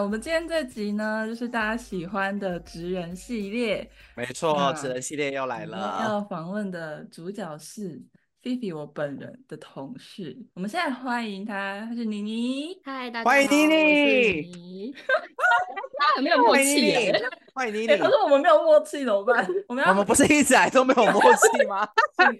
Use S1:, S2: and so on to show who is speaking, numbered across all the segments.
S1: 我们今天这集呢，就是大家喜欢的职人系列，
S2: 没错，
S1: 那
S2: 职人系列又来
S1: 我
S3: 嗯
S1: 们
S2: 了。啊
S1: 要访问的主角是菲菲，我本人的同事。我们现在欢迎她，她是妮妮。
S3: 嗨，大家
S2: 欢迎妮妮
S3: 妮妮。 大家有没有默
S2: 欢迎
S3: 契
S2: 妮妮
S3: 耶？，
S2: 欢迎妮
S1: 哎、
S2: 妮
S1: 可。是我们没有默契怎么办？我们要
S2: 我们不是一直来都没有默契吗？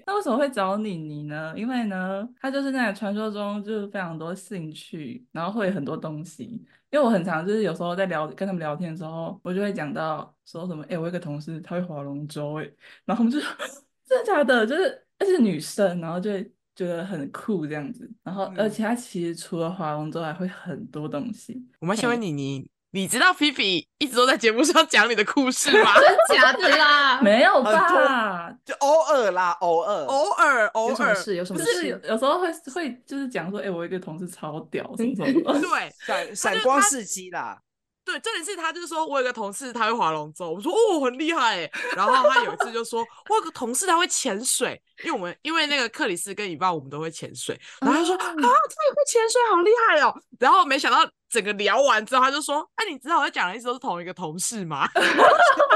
S1: 那为什么会找妮妮呢？因为呢，她就是那个传说中就是非常多兴趣，然后会很多东西。因为我很常就是有时候在聊跟他们聊天的时候，我就会讲到说什么，哎、我有一个同事他会划龙舟、欸，哎，然后我们就 真的假的，就是而且是女生，然后就会觉得很酷这样子。然后而
S2: 嗯
S1: 且她其实除了划龙舟，还会很多东西。
S4: 我们先问你，你你知道菲菲一直都在节目上讲你的故事吗？
S3: 真假的 啦？
S1: 没有
S2: 很多
S1: 吧？
S2: 就偶尔啦，偶尔。
S4: 偶尔偶
S3: 有什么
S4: 尔，
S3: 事？有什嗯
S1: 不
S3: 么
S1: 是有
S3: 事？
S1: 有时候会会就是讲说，哎、我有一个同事超屌什么什么 的。
S4: 对
S2: 闪
S4: 就
S2: 闪
S4: 是
S2: 光
S4: 他
S2: 四击啦，
S4: 对，重点是他就是说我有个同事他会划龙舟，我说哦很厉害哎， 然后他有一次就说我有个同事他会潜水，因为我们因为那个克里斯跟伊爸我们都会潜水，
S3: 嗯
S4: 然后他就说啊
S1: 哦
S4: 他也会潜水好厉害哦，然后没想到整个聊完之后他就说哎、你知道我在讲的一直都是同一个同事吗？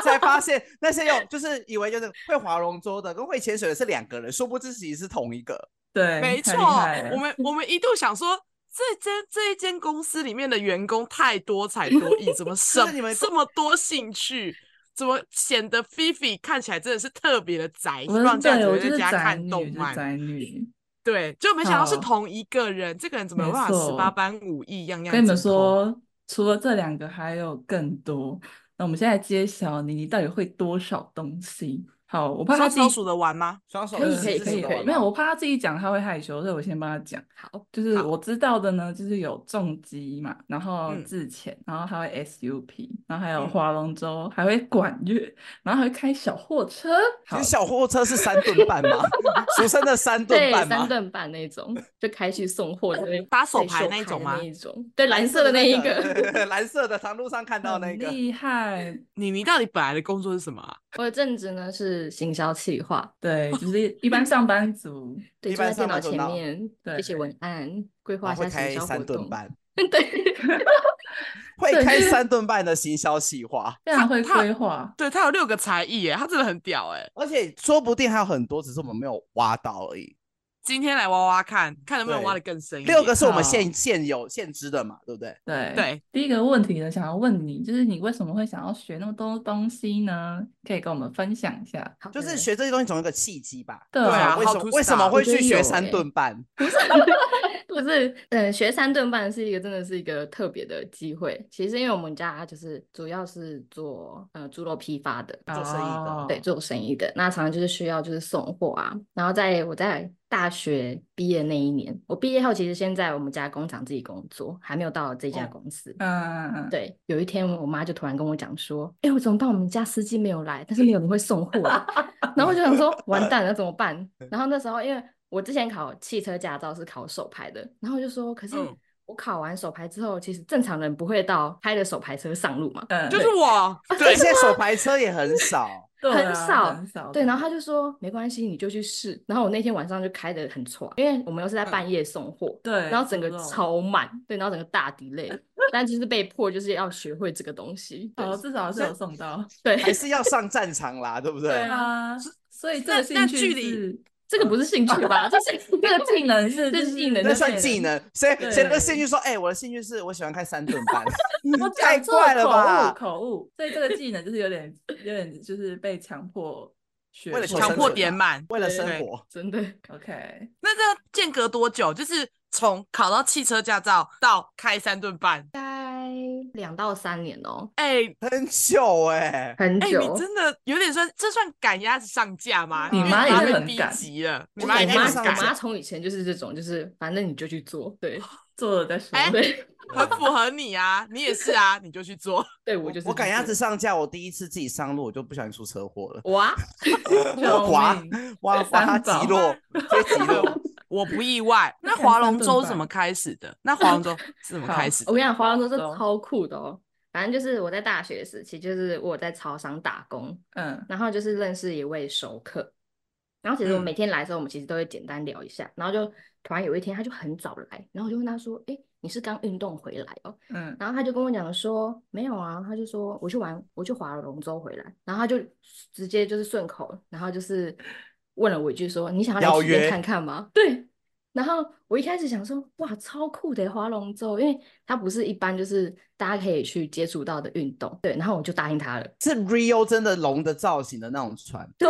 S2: 才发现那些有就是以为就是会划龙舟的跟会潜水的是两个人，殊不知其实是同一个。
S1: 对，
S4: 没
S1: 太
S4: 错
S1: 厉害，了
S4: 我们我们一度想说，这间这一间公司里面的员工太多才多艺， 怎么什
S2: 是你们
S4: 这么多兴趣？怎么显得菲菲看起来真的是特别的宅？
S1: 我
S4: 不然这样
S1: 对
S4: 子
S1: 我
S4: 会
S1: 就
S4: 在
S1: 是
S4: 家
S1: 宅
S4: 看
S1: 女，
S4: 动
S1: 就是
S4: 漫。
S1: 宅女。
S4: 对，就没想到是
S1: 好
S4: 同一个人，这个人怎么有
S1: 没
S4: 办法十
S1: 错
S4: 八般武艺样样
S1: 跟你们
S4: 精通？
S1: 说，除了这两个，还有更多。那我们现在揭晓妮妮到底会多少东西。好，我怕她
S4: 双
S1: 自
S4: 手
S1: 己
S4: 数得完吗？
S2: 双手
S3: 可以
S2: 是
S3: 可以
S2: 是
S3: 可以
S2: 是
S3: 可以
S2: 的
S1: 没有，我怕她自己讲她会害羞，所以我先帮她讲。
S3: 好，
S1: 就是
S4: 好
S1: 我知道的呢，就是有重击嘛，然后
S4: 嗯
S1: 自潜，然后还会 SUP，然后还有
S4: 嗯
S1: 划龙舟，还会管乐，然后还会开小货车。
S2: 其
S1: 好
S2: 实，小货车是三吨半吗？ 俗称的三吨
S3: 对，
S2: 半
S3: 三
S2: 吗？
S3: 顿半那种，就开去送货的那
S4: 打手
S3: 最
S4: 牌
S3: 秀
S4: 那一
S3: 牌
S4: 种
S3: 的
S4: 吗
S3: 那一种，对，蓝
S2: 色
S3: 色的那一个。
S2: 个， 蓝色的长路上看到那
S1: 很
S2: 个。
S1: 厉害，
S4: 你你到底本来的工作是什么啊？
S3: 我的正职呢是行销企划，
S1: 对，就是一般上班族。
S3: 对，
S2: 一
S3: 坐
S2: 般
S3: 在
S2: 上
S3: 电
S2: 班
S3: 脑
S2: 族
S3: 前
S2: 脑
S3: 面
S1: 对
S3: 写写文案，规划
S2: 啊
S3: 一
S2: 会
S3: 下
S2: 开
S3: 行销
S2: 三
S3: 活
S2: 吨
S3: 动。
S2: 半，
S3: 对，
S2: 会
S1: 对
S2: 开
S1: 就是
S2: 三吨半的行销企划，
S1: 非常会
S4: 他
S1: 规划，
S4: 对他有六个才艺耶，他真的很屌哎！
S2: 而且说不定还有很多，只是我们没有挖到而已。
S4: 今天来挖挖看，看能不能
S2: 对
S4: 挖得更深一
S2: 六
S4: 点
S2: 个是我们
S1: 好
S2: 现现有现知的嘛，对不对？
S1: 对
S4: 对。
S1: 第一个问题呢，想要问你，就是你为什么会想要学那么多东西呢？可以跟我们分享一下。
S3: 好
S2: 就是
S3: 的
S2: 学这些东西总有一个契机吧？
S1: 对
S2: 不
S1: 啊
S2: 然
S1: ，how
S2: 为什
S4: to
S2: 么为什么
S4: start
S2: 会
S3: 我觉得
S2: 去学
S3: 有
S2: 三
S3: 欸
S2: 顿 半？
S3: 不是，嗯，学三顿半是一个真的是一个特别的机会。其实因为我们家就是主要是做呃猪肉批发的，
S2: 做生意的
S3: 对，
S1: 哦
S3: 做生意的，那常常就是需要就是送货啊。然后在我在大学毕业那一年，我毕业后其实先在我们家工厂自己工作，还没有到这家
S2: 哦
S3: 公司。
S1: 嗯，嗯，
S3: 对，有一天我妈就突然跟我讲说：“哎、我怎么办？我们家司机没有来，但是没有人会送货啊。”然后我就想说：“完蛋了，怎么办？”然后那时候因为我之前考汽车驾照是考手牌的，然后我就说：“可是
S4: 嗯
S3: 我考完手牌之后，其实正常人不会到开着手牌车上路嘛，
S1: 嗯，
S4: 就是我，
S2: 而且手牌车也很少，
S1: 对
S3: 很
S1: 啊
S3: 少
S1: 很少
S3: 对，
S1: 的
S3: 然后他就说没关系，你就去试。然后我那天晚上就开得很爽，因为我们又是在半夜送货，
S1: 对，哦
S3: 然后整
S1: 猪
S3: 个
S1: 肉
S3: 超慢，对，然后整个大 delay，但就是被迫就是要学会这个东西，对
S1: 哦，至少是有送到，
S2: 还
S3: 对，
S2: 是要上战场啦，对不对？
S1: 啊，所以这
S4: 那
S1: 个兴
S4: 那
S1: 趣
S4: 距离
S1: 是
S3: 这个不是兴趣吧？这是
S1: 这个技能是
S3: 这
S1: 就是
S3: 技能
S2: 那
S3: 对
S2: 算技能，谁
S1: 对
S2: 谁的兴趣说，哎，我的兴趣是我喜欢看三顿 半
S1: 我，讲
S2: 太
S1: 错
S2: 怪了
S1: 口误
S2: 吧？
S1: 口误，所以这个技能就是有点有点就是被强迫学
S2: 为了
S1: 会
S2: 求
S4: 强
S2: 生
S4: 迫
S2: 存
S4: 点
S2: 啊
S4: 满。
S2: 为了
S3: 对
S2: 生
S4: 对
S2: 活，
S3: 真的。
S1: ，OK，
S4: 那这间隔多久？就是从考到汽车驾照到开三顿半。
S3: 大概两到三年哦，
S4: 哎、
S2: 很久哎，
S3: 很
S4: 哎、
S3: 久。
S4: 你真的有点算，这算赶鸭子上架吗？
S1: 你
S4: 因为
S1: 妈也
S4: 你
S1: 是
S4: 被
S1: 很
S4: 逼
S1: 赶
S4: 急了，你
S3: 我
S4: 妈也
S3: 我
S4: 是
S3: 妈
S4: 很
S2: 上
S3: 我妈
S4: 赶，
S3: 从以前就是这种，就是反正你就去做， 对
S1: 做了再说。
S4: 哎
S3: 对
S4: 很符合你啊，你也是啊，你就去做。
S3: 对，我就是
S2: 我赶
S3: 去
S2: 鸭子
S3: 做
S2: 上架，我第一次自己上路，我就不小心出车祸了，
S3: 哇，
S1: 救
S2: 哇
S1: 命
S2: 哇哇，它
S1: 三宝
S2: 击落，直接击落。
S4: 我不意外。那
S1: 开
S4: 划
S1: 三
S4: 龙
S1: 顿
S4: 舟
S1: 半
S4: 怎么开始的？那划龙舟是怎么
S1: 好
S4: 开始
S3: 我
S4: 的？
S3: 跟
S4: 啊
S3: 你讲，划龙舟
S1: 懂
S3: 是超酷的哦。反正就是我在大学时期，就是我在超商打工，
S1: 嗯，
S3: 然后就是认识一位熟客，然后其实我
S4: 嗯
S3: 每天来的时候，我们其实都会简单聊一下，然后就突然有一天他就很早来，然后我就问他说：“哎，你是刚运动回来哦。
S1: 嗯，
S3: 然后他就跟我讲说，没有啊，他就说我去玩，我去划龙舟回来，然后他就直接就是顺口，然后就是问了我一句说，你想要
S2: 邀
S3: 来体验
S2: 约
S3: 看看吗？对。然后我一开始想说，哇，超酷的划龙舟，因为它不是一般就是大家可以去接触到的运动，对。然后我就答应他了，
S2: 是 Rio 真的龙的造型的那种船，
S1: 对，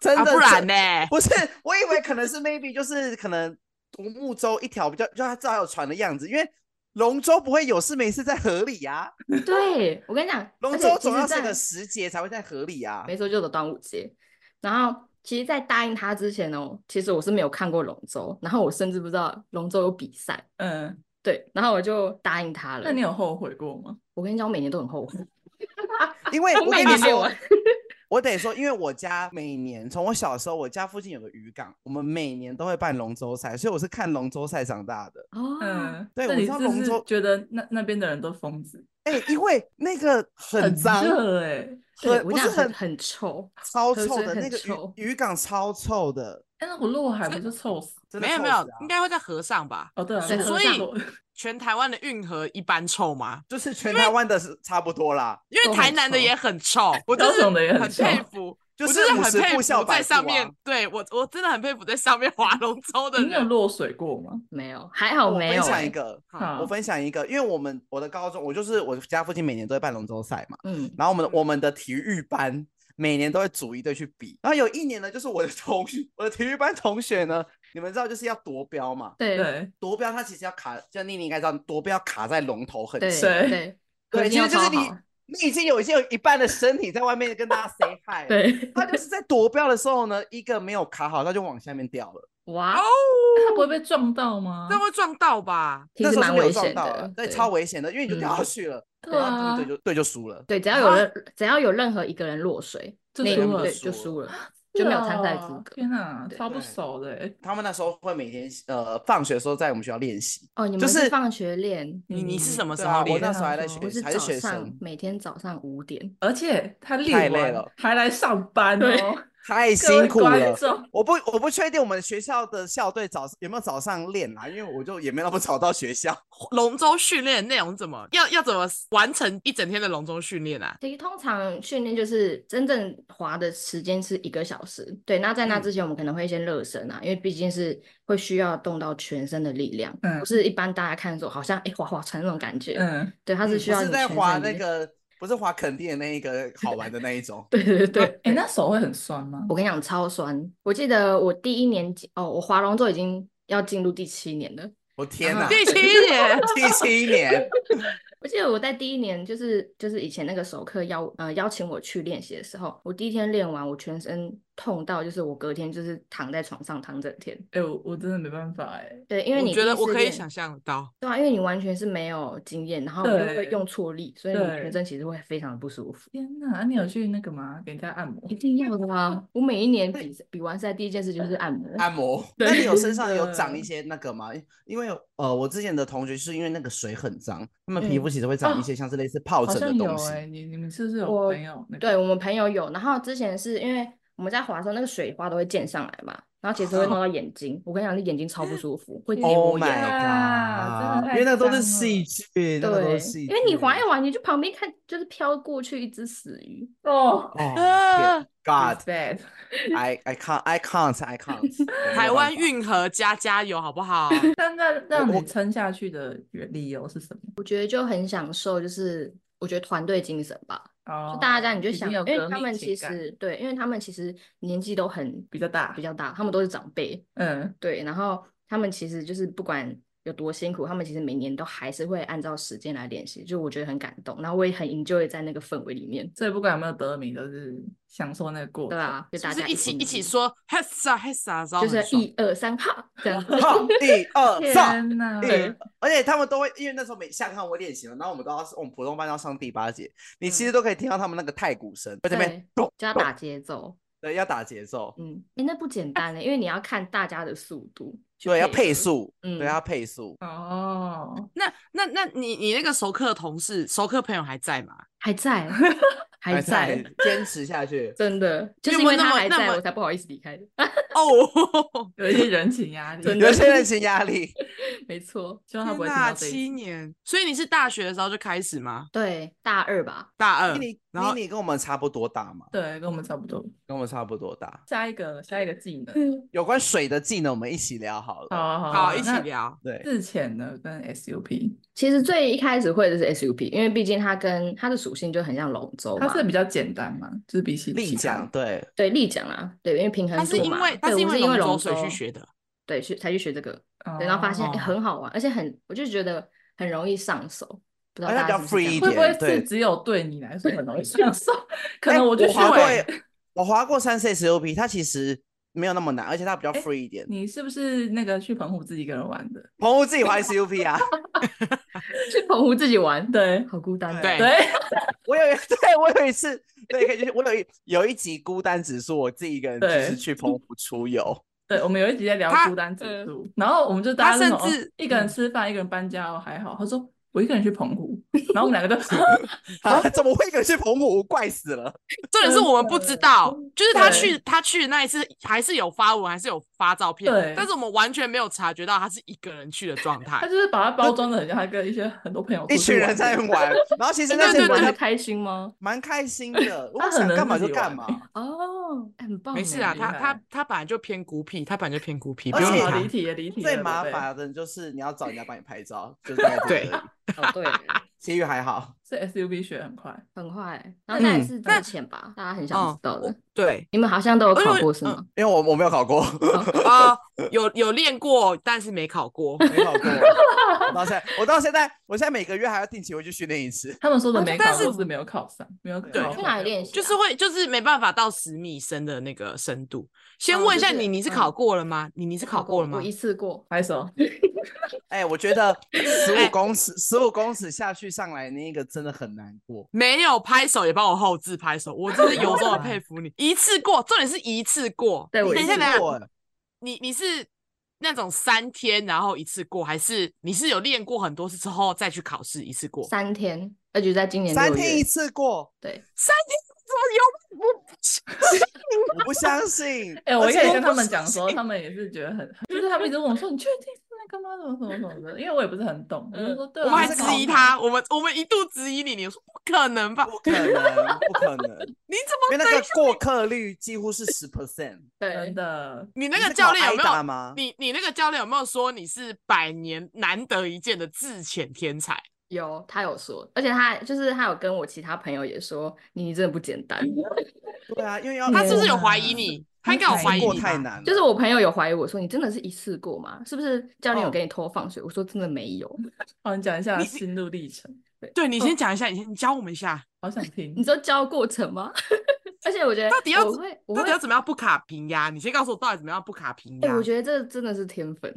S2: 真的、
S4: 啊，不然呢？
S2: 不是，我以为可能是 maybe 就是可能独木舟一条比较，就它至少有船的样子，因为龙舟不会有事没事在河里啊，
S3: 对，我跟你讲，而
S2: 龙
S3: 且
S2: 舟
S3: 其
S2: 总
S3: 实
S2: 要是
S3: 在
S2: 个时节才会在河里啊。
S3: 没错，就是端午节。然后其实，在答应他之前哦，其实我是没有看过龙舟，然后我甚至不知道龙舟有比赛，
S1: 嗯，
S3: 对，然后我就答应他
S1: 那
S3: 了
S1: 你。有后悔过吗？
S3: 我跟你讲，我每年都很 后悔，
S2: 因为我
S3: 每
S2: 跟你
S3: 年都有
S2: 说
S3: 玩，
S2: 我得说，因为我家每年从我小时候，我家附近有个渔港，我们每年都会办龙舟赛，所以我是看龙舟赛长大的。
S3: 哦，
S1: 嗯，
S2: 啊对
S1: 那
S2: 我
S1: 你
S2: 知道
S1: 是不
S2: 龙
S1: 是
S2: 舟
S1: 觉得那那边的人都疯子，
S2: 哎、因为那个很脏，
S1: 热哎。
S3: 对
S2: 很
S3: 我
S2: 不
S3: 讲
S2: 是
S3: 很很臭，
S2: 超
S3: 河
S2: 臭
S3: 水
S2: 的那
S3: 很
S2: 个
S3: 臭
S2: 渔渔港超臭的，
S1: 但哎那我落海不就臭死？
S2: 真的
S4: 没有
S2: 臭
S4: 没有
S2: 死啊，
S4: 应该会在河上吧？
S1: 哦，对啊，
S3: 所以
S1: 落
S4: 所
S1: 河
S4: 以
S1: 落河
S4: 全台湾的运河一般臭吗？
S2: 就是全台湾的是差不多啦，
S4: 因为
S3: 都
S4: 台
S3: 很
S4: 南的
S3: 臭
S4: 也很臭，我
S1: 高
S4: 真是
S1: 雄的也很
S4: 很
S1: 臭
S4: 佩服，
S2: 就
S4: 我
S2: 是
S4: 真的
S2: 五
S4: 很
S2: 十
S4: 佩
S2: 步
S4: 服
S2: 笑百
S4: 在上
S2: 步
S4: 面，
S2: 啊
S4: 对我我真的很佩服在上面 划龙舟 的
S1: 你有
S4: 人。
S1: 落水过吗？
S3: 没有，还好
S2: 我
S3: 没
S2: 分
S3: 有
S2: 享
S3: 欸
S2: 一个，
S1: 好
S2: 我分享一个，因为我们我的高中，我就是我家附近每年都会办龙舟赛嘛，
S3: 嗯，
S2: 然后我们的我们的体育班每年都会组一队去比，然后有一年呢，就是我的同学，我的体育班同学呢，你们知道就是要夺标嘛，
S3: 对
S1: 对
S2: 夺标它其实要卡，像妮妮应该知道，夺标卡在龙头很
S3: 对
S2: 深，
S1: 对
S3: 对，核
S2: 对，
S3: 心
S2: 其
S3: 要
S2: 实就是
S3: 超
S2: 你
S3: 好
S2: 你已经有已经有一半的身体在外面跟大家 say hi，了
S3: 对，
S2: 他就是在夺标的时候呢，一个没有卡好，他就往下面掉了。
S3: 哇
S4: 哦，，
S1: 那他不会被撞到吗
S4: 这？样会撞到吧？
S3: 其
S2: 那
S3: 实
S2: 时候是
S3: 蛮
S2: 没有
S3: 危
S2: 撞
S3: 险
S2: 到
S3: 的
S2: 了，对，
S3: 对
S2: 超危险的，因为你就掉
S3: 嗯
S2: 下去了，
S1: 对
S2: 然后
S1: 啊
S2: 对，就对就输了。
S3: 对，只要有
S4: 啊
S3: 任只要有任何一个人落 水，
S1: 就
S3: 那
S1: 输
S3: 一
S1: 了
S3: 对就输
S2: 输
S3: 了，
S1: 是
S3: 就没有参赛
S1: 哦
S2: 啊
S3: 资格。
S1: 天哪，
S3: 对
S1: 超不
S2: 对
S1: 熟的欸。
S2: 他们那时候会每天呃放学的时候在我们学校练习，
S3: 哦，你
S2: 就
S3: 们
S2: 是
S3: 放学练，
S4: 你你是什么
S2: 对
S4: 时
S2: 啊，
S4: 候
S2: 我
S4: 练
S2: 那
S1: 的
S4: 的？
S2: 时候还在学
S3: 我是
S2: 还是
S3: 早
S2: 学
S3: 上
S2: 生，
S3: 每天早上五点，
S1: 而且他
S2: 太
S1: 练
S2: 累
S1: 完
S2: 了
S1: 还来上班
S3: 对
S1: 哦，
S2: 太
S1: 各
S2: 辛
S1: 位
S2: 苦
S1: 观
S2: 了。
S1: 众
S2: 我不我不确定我们学校的校队早有没有早上练啊啦，因为我就也没那么早到学校。
S4: 龙舟训练的内容怎么要要怎么完成一整天的龙舟训练啊？
S3: 其实通常训练就是真正滑的时间是一个小时，对。那在那
S2: 嗯
S3: 之前，我们可能会先热身啊，因为毕竟是会需要动到全身的力量，
S1: 嗯
S3: 不是一般大家看说好像哎划划船那种感觉，
S1: 嗯，
S3: 对，它
S2: 嗯
S3: 是需要
S2: 不
S3: 你
S2: 是在
S3: 全
S2: 滑
S3: 身的
S2: 那
S3: 力量。。
S2: 个，不是滑垦丁的那一个好玩的那一种
S3: 对对
S2: 嗯
S3: 对，
S1: 哎，
S3: 对
S1: 那手会很酸吗？
S3: 我跟你讲超酸，我记得我第一年级哦，我划龙舟已经要进入第七年了。
S2: 我天
S3: 啊
S2: 哪，
S4: 第七 年
S2: 第七年，
S3: 我记得我在第一年就是就是以前那个首课邀呃邀请我去练习的时候，我第一天练完，我全身痛到就是我隔天就是躺在床上躺整天。
S1: 哎，我我真的没办法哎，
S3: 对，因为
S4: 我
S3: 你
S4: 觉
S3: 第
S4: 得
S3: 一
S4: 我
S3: 次
S4: 可以
S3: 练
S4: 想象得到，
S3: 对啊，因为你完全是没有经验，然后你又会
S1: 对
S3: 用错力，所以你
S1: 对
S3: 全身其实会非常的不舒服。
S1: 天哪，啊你有去那个吗？给人家按摩？
S3: 一定要的啊！我每一年比比完赛第一件事就是按摩。
S2: 按 摩。
S3: 对
S2: 那你有身上有
S1: 真
S2: 长
S1: 的
S2: 一些那个吗？因因为呃，我之前的同学是因为那个水很脏，他们皮肤
S3: 嗯
S2: 其实会长
S1: 哦
S2: 一些像是类似疱
S1: 好
S2: 疹的
S1: 像有
S2: 东西。
S1: 哎，你你们是不是有
S3: 我
S1: 朋友那
S3: 对
S1: 个？
S3: 我们朋友有，然后之前是因为我们在滑的时候，那个水花都会溅上来嘛，然后其实会弄到眼睛。我跟你讲，那眼睛超不舒服，会结
S2: Oh
S3: 膜
S2: my
S3: 炎。
S1: 呀
S2: god！
S1: 真的
S2: 因为那个都
S1: 太
S2: 是
S1: 脏
S2: 细
S1: 了
S2: 菌，那个都
S3: 对
S2: 是细，
S3: 因为你滑一
S2: 菌
S3: 滑，你就旁边看，就是飘过去一只死鱼。
S1: 哦
S2: 哦
S4: 啊
S1: respect
S2: 天 God, I I can't, I can't, I can't。
S4: 台湾，运河加加油好不好？
S1: 那那让
S2: 我，
S1: 你撑下去的原理由是什么？
S3: 我觉得就很享受，就是我觉得团队精神吧，
S1: 哦
S3: 就大家你就
S1: 已经
S3: 想，
S1: 有
S3: 因为
S1: 革
S3: 他
S1: 命
S3: 们
S1: 情
S3: 其
S1: 感
S3: 实对，因为他们其实年纪都很
S1: 比较大
S3: 比较大，他们都是长辈，
S1: 嗯，
S3: 对，然后他们其实就是不管有多辛苦，他们其实每年都还是会按照时间来练习，就我觉得很感动，然后我也很 enjoy 在那个氛围里面，
S1: 所以不管有没有得名，都是享受那个过
S3: 对
S1: 程。
S3: 啊，就
S4: 就
S3: 大
S4: 是
S3: 家
S4: 一起一起
S3: 起，
S4: 说 hessa hessa 的时候
S3: 就是
S4: 很爽
S3: 一二三哈这样子
S2: 好，一二 三。
S1: 天哪！
S3: 对
S2: 而且他们都会，因为那时候每下课他们会练习嘛，然后我们都要我们普通班要上第八节，你其
S1: 嗯
S2: 实都可以听到他们那个太鼓声，在那边
S3: 对
S2: 咚
S3: 就要
S2: 咚
S3: 打节奏，
S2: 对，要打节奏，
S3: 嗯，哎，那不简单嘞，因为你要看大家的速度去
S2: 对，要
S3: 配
S2: 配
S3: 合，
S2: 速，
S3: 嗯
S2: 对，要配速。
S1: 哦，
S4: 那那那你你那个熟客同事、熟客朋友还在吗？
S3: 还在。
S2: 在
S3: 还在，
S2: 坚持下去。
S3: 真的，就是
S4: 有
S3: 因为
S4: 没有那
S3: 他
S4: 么
S3: 还
S4: 那
S3: 在，
S4: 么
S3: 我才不好意思离开的。
S4: 哦，
S1: 有一些人情压力，
S3: 真的
S2: 有些人情压力，
S3: 没错，
S1: 希望他不会
S4: 天
S1: 听到
S4: 哪，
S1: 这一集
S4: 七年！所以你是大学的时候就开始吗？
S3: 对，大二吧，
S4: 大二
S2: 妮妮，
S4: 然后
S2: 妮嗯妮跟我们差不多大嘛，
S1: 对，跟我们差不多。
S2: 跟我们差不多大。
S1: 下一个，下一个技能，
S2: 有关水的技能，我们一起聊好了。
S1: 好啊好啊
S4: 好一起
S1: 那
S4: 聊。
S2: 对，
S1: 自潜的跟 SUP，
S3: 其实最一开始会的是 SUP，因为毕竟它跟它的属性就很像龙舟
S1: 它
S3: 嘛。
S1: 是比较简单嘛，就是比起
S2: 立
S1: 其他哦
S2: 桨，对，
S3: 对立桨啦，对，因为平衡
S4: 他
S3: 度
S4: 是因
S3: 嘛。
S4: 为他
S3: 对，
S4: 是
S3: 我
S4: 因
S3: 是
S4: 为
S3: 因为
S4: 龙舟
S3: 龙
S4: 水
S3: 舟
S4: 去学的，
S3: 对，去才去学这个，对，然
S1: 哦
S3: 后发现哎
S4: 哦
S3: 很好玩，而且很，我就觉得很容易上手，不知道
S2: 而且
S3: 大
S2: 比
S3: 家
S2: 较
S3: 是不是这
S2: free 一
S3: 样
S1: 会
S2: 点
S1: 不会
S2: 对
S1: 是只有对你来说很容易上手？可
S2: 哎
S1: 能我就去
S2: 滑过
S1: 欸，
S2: 我滑过三 C SUP，它其实没有那么难，而且它比较
S1: 哎
S2: free 一点。
S1: 你是不是那个去澎湖自己一个人玩的？
S2: 澎湖自己滑 SUP 啊，
S3: 去澎湖自己玩，
S1: 对
S3: 好孤单哦。
S4: 对
S1: 对，
S2: 我有一对我有一次， 对，可以就是我有一有一集孤单指数，我自己一个人就是
S1: 对
S2: 去澎湖出游，
S1: 对，我们有一集在聊
S4: 他
S1: 孤单指
S2: 呃
S3: 嗯
S1: 数，然后我们就
S4: 他
S1: 大家就
S4: 甚
S1: 说哦
S4: 至
S1: 一个人
S4: 嗯
S1: 吃饭，一个人搬家哦，还好。他说我一个人去澎湖，然后我们两个就
S2: 啊，怎么会一个人去澎湖？怪死了！
S4: 重点是
S1: 真
S4: 我们不知道，就是他去
S1: 对
S4: 他去的那一次还是有发文，还是有发照片
S1: 对，
S4: 但是我们完全没有察觉到他是一个人去的状态
S1: 他。就是把它包装的很像他跟一些很多朋友
S2: 一
S1: 出去
S2: 群人
S1: 玩
S2: 在
S1: 的
S2: 玩，然后其实
S4: 哎
S2: 那
S4: 对
S2: 些
S4: 对
S2: 玩
S3: 玩的
S2: 的
S3: 开心吗？
S2: 蛮开心的，我
S1: 他很
S2: 想
S1: 能
S2: 干嘛
S1: 自
S2: 就
S1: 己玩
S2: 干嘛。
S3: 哦，哎很棒
S4: 没事啊，
S3: 哎
S1: 厉
S4: 他
S1: 害
S4: 他他本来就偏孤僻，他本来就偏孤僻，不
S2: 而
S4: 用
S2: 且
S4: 理
S1: 好
S4: 他
S1: 离。题也离题了，
S2: 最
S1: 对
S2: 麻
S1: 不对。
S2: 烦的就是你要找人家帮你拍照，就是大概这
S4: 对
S2: 个而已，
S3: 哦对，
S2: 其余还好。
S1: 这 SUV 学很快，
S3: 很 快。然后那一
S2: 嗯
S3: 次
S4: 那
S3: 自潜吧，大家很想知道的，
S4: 对，
S3: 你们好像都有
S4: 而且
S3: 考
S4: 我
S3: 过是
S4: 嗯
S3: 吗？
S2: 因为我我没有 考过，
S4: 啊、有有练过，但是没考过。
S2: 没考过，我到现在，我到现在，我现在每个月还要定期回去训练一次。
S1: 他们说的
S3: 哦
S1: 没
S4: 但
S1: 考
S4: 是
S1: 都是没有考上，没有考
S2: 对
S3: 去哪
S1: 上
S3: 里练习啊？
S4: 就是会，就是没办法到十米深的那个深度。先
S3: 哦
S4: 问一
S3: 就
S4: 下
S3: 是
S4: 你，你是
S3: 嗯
S4: 考过了吗？你你是
S3: 我
S4: 考过了吗
S3: 我？一次过，
S1: 拍手，
S2: 哎、我觉得十
S4: 哎
S2: 五公尺，十五公尺下去上来那个真的很难过。
S4: 没有拍手也帮我后置拍手，我真的由衷的佩服你，一次过，重点是一次过。
S3: 对我
S4: 等
S3: 一
S4: 一下，
S3: 次
S4: 等一下，
S2: 过哎
S4: 你你是那种三天然后一次过，还是你是有练过很多次之后再去考试一次过？
S3: 三天，而且在今年
S2: 三
S3: 六
S2: 天
S3: 月
S2: 一次过，
S3: 对，
S4: 三天怎么有？我不信
S2: 我不相信。
S1: 哎、我
S2: 而
S1: 一开始
S2: 且
S1: 跟他们讲说，他们也是觉得很， 就是他们一直问我说，你确定是那个吗？怎么怎么怎么的？因为我也不是很懂，我就说对啊，
S4: 我们还
S2: 是
S4: 质
S2: 考
S4: 疑
S2: 吗
S4: 他，我们我们一度质疑你，你说不可能吧？
S2: 不可能，不可能，
S4: 你怎
S2: 因为
S4: 么
S2: 那个过客率几乎是十 percent。
S1: 真
S3: 对，
S1: 的，
S4: 你 那
S2: 你
S4: 个
S2: 是
S4: 教
S2: 考
S4: 练有没
S2: IDA
S4: 有？
S2: 吗？
S4: 你你那个教练有没有说你是百年难得一见的自潜天才？
S3: 有他有说，而且他就是他有跟我其他朋友也说，你你真的不简 单，
S2: 对啊，因为要
S4: 他是不是有怀疑
S1: 天哪
S4: 你？他应该有
S1: 太
S4: 怀疑
S2: 过
S4: 你吧
S2: 太？难了，
S3: 就是我朋友有怀疑我说，你真的是一次过吗？是不是教练有
S4: 哦
S3: 给你偷放水？我说真的没有，
S1: 好，你讲一下
S4: 你
S1: 心路历程，
S4: 对你先讲一下，你先你教我们一下，
S1: 好想
S3: 你
S1: 听。
S3: 知道教过程吗？ 而且我觉得
S4: 到底要
S3: 我
S4: 怎
S3: 会，我
S4: 到
S3: 会
S4: 底要，怎么样不卡平压？你先告诉我到底怎么样不卡平
S3: 哎、
S4: 压
S3: 我。觉得这真的是天分，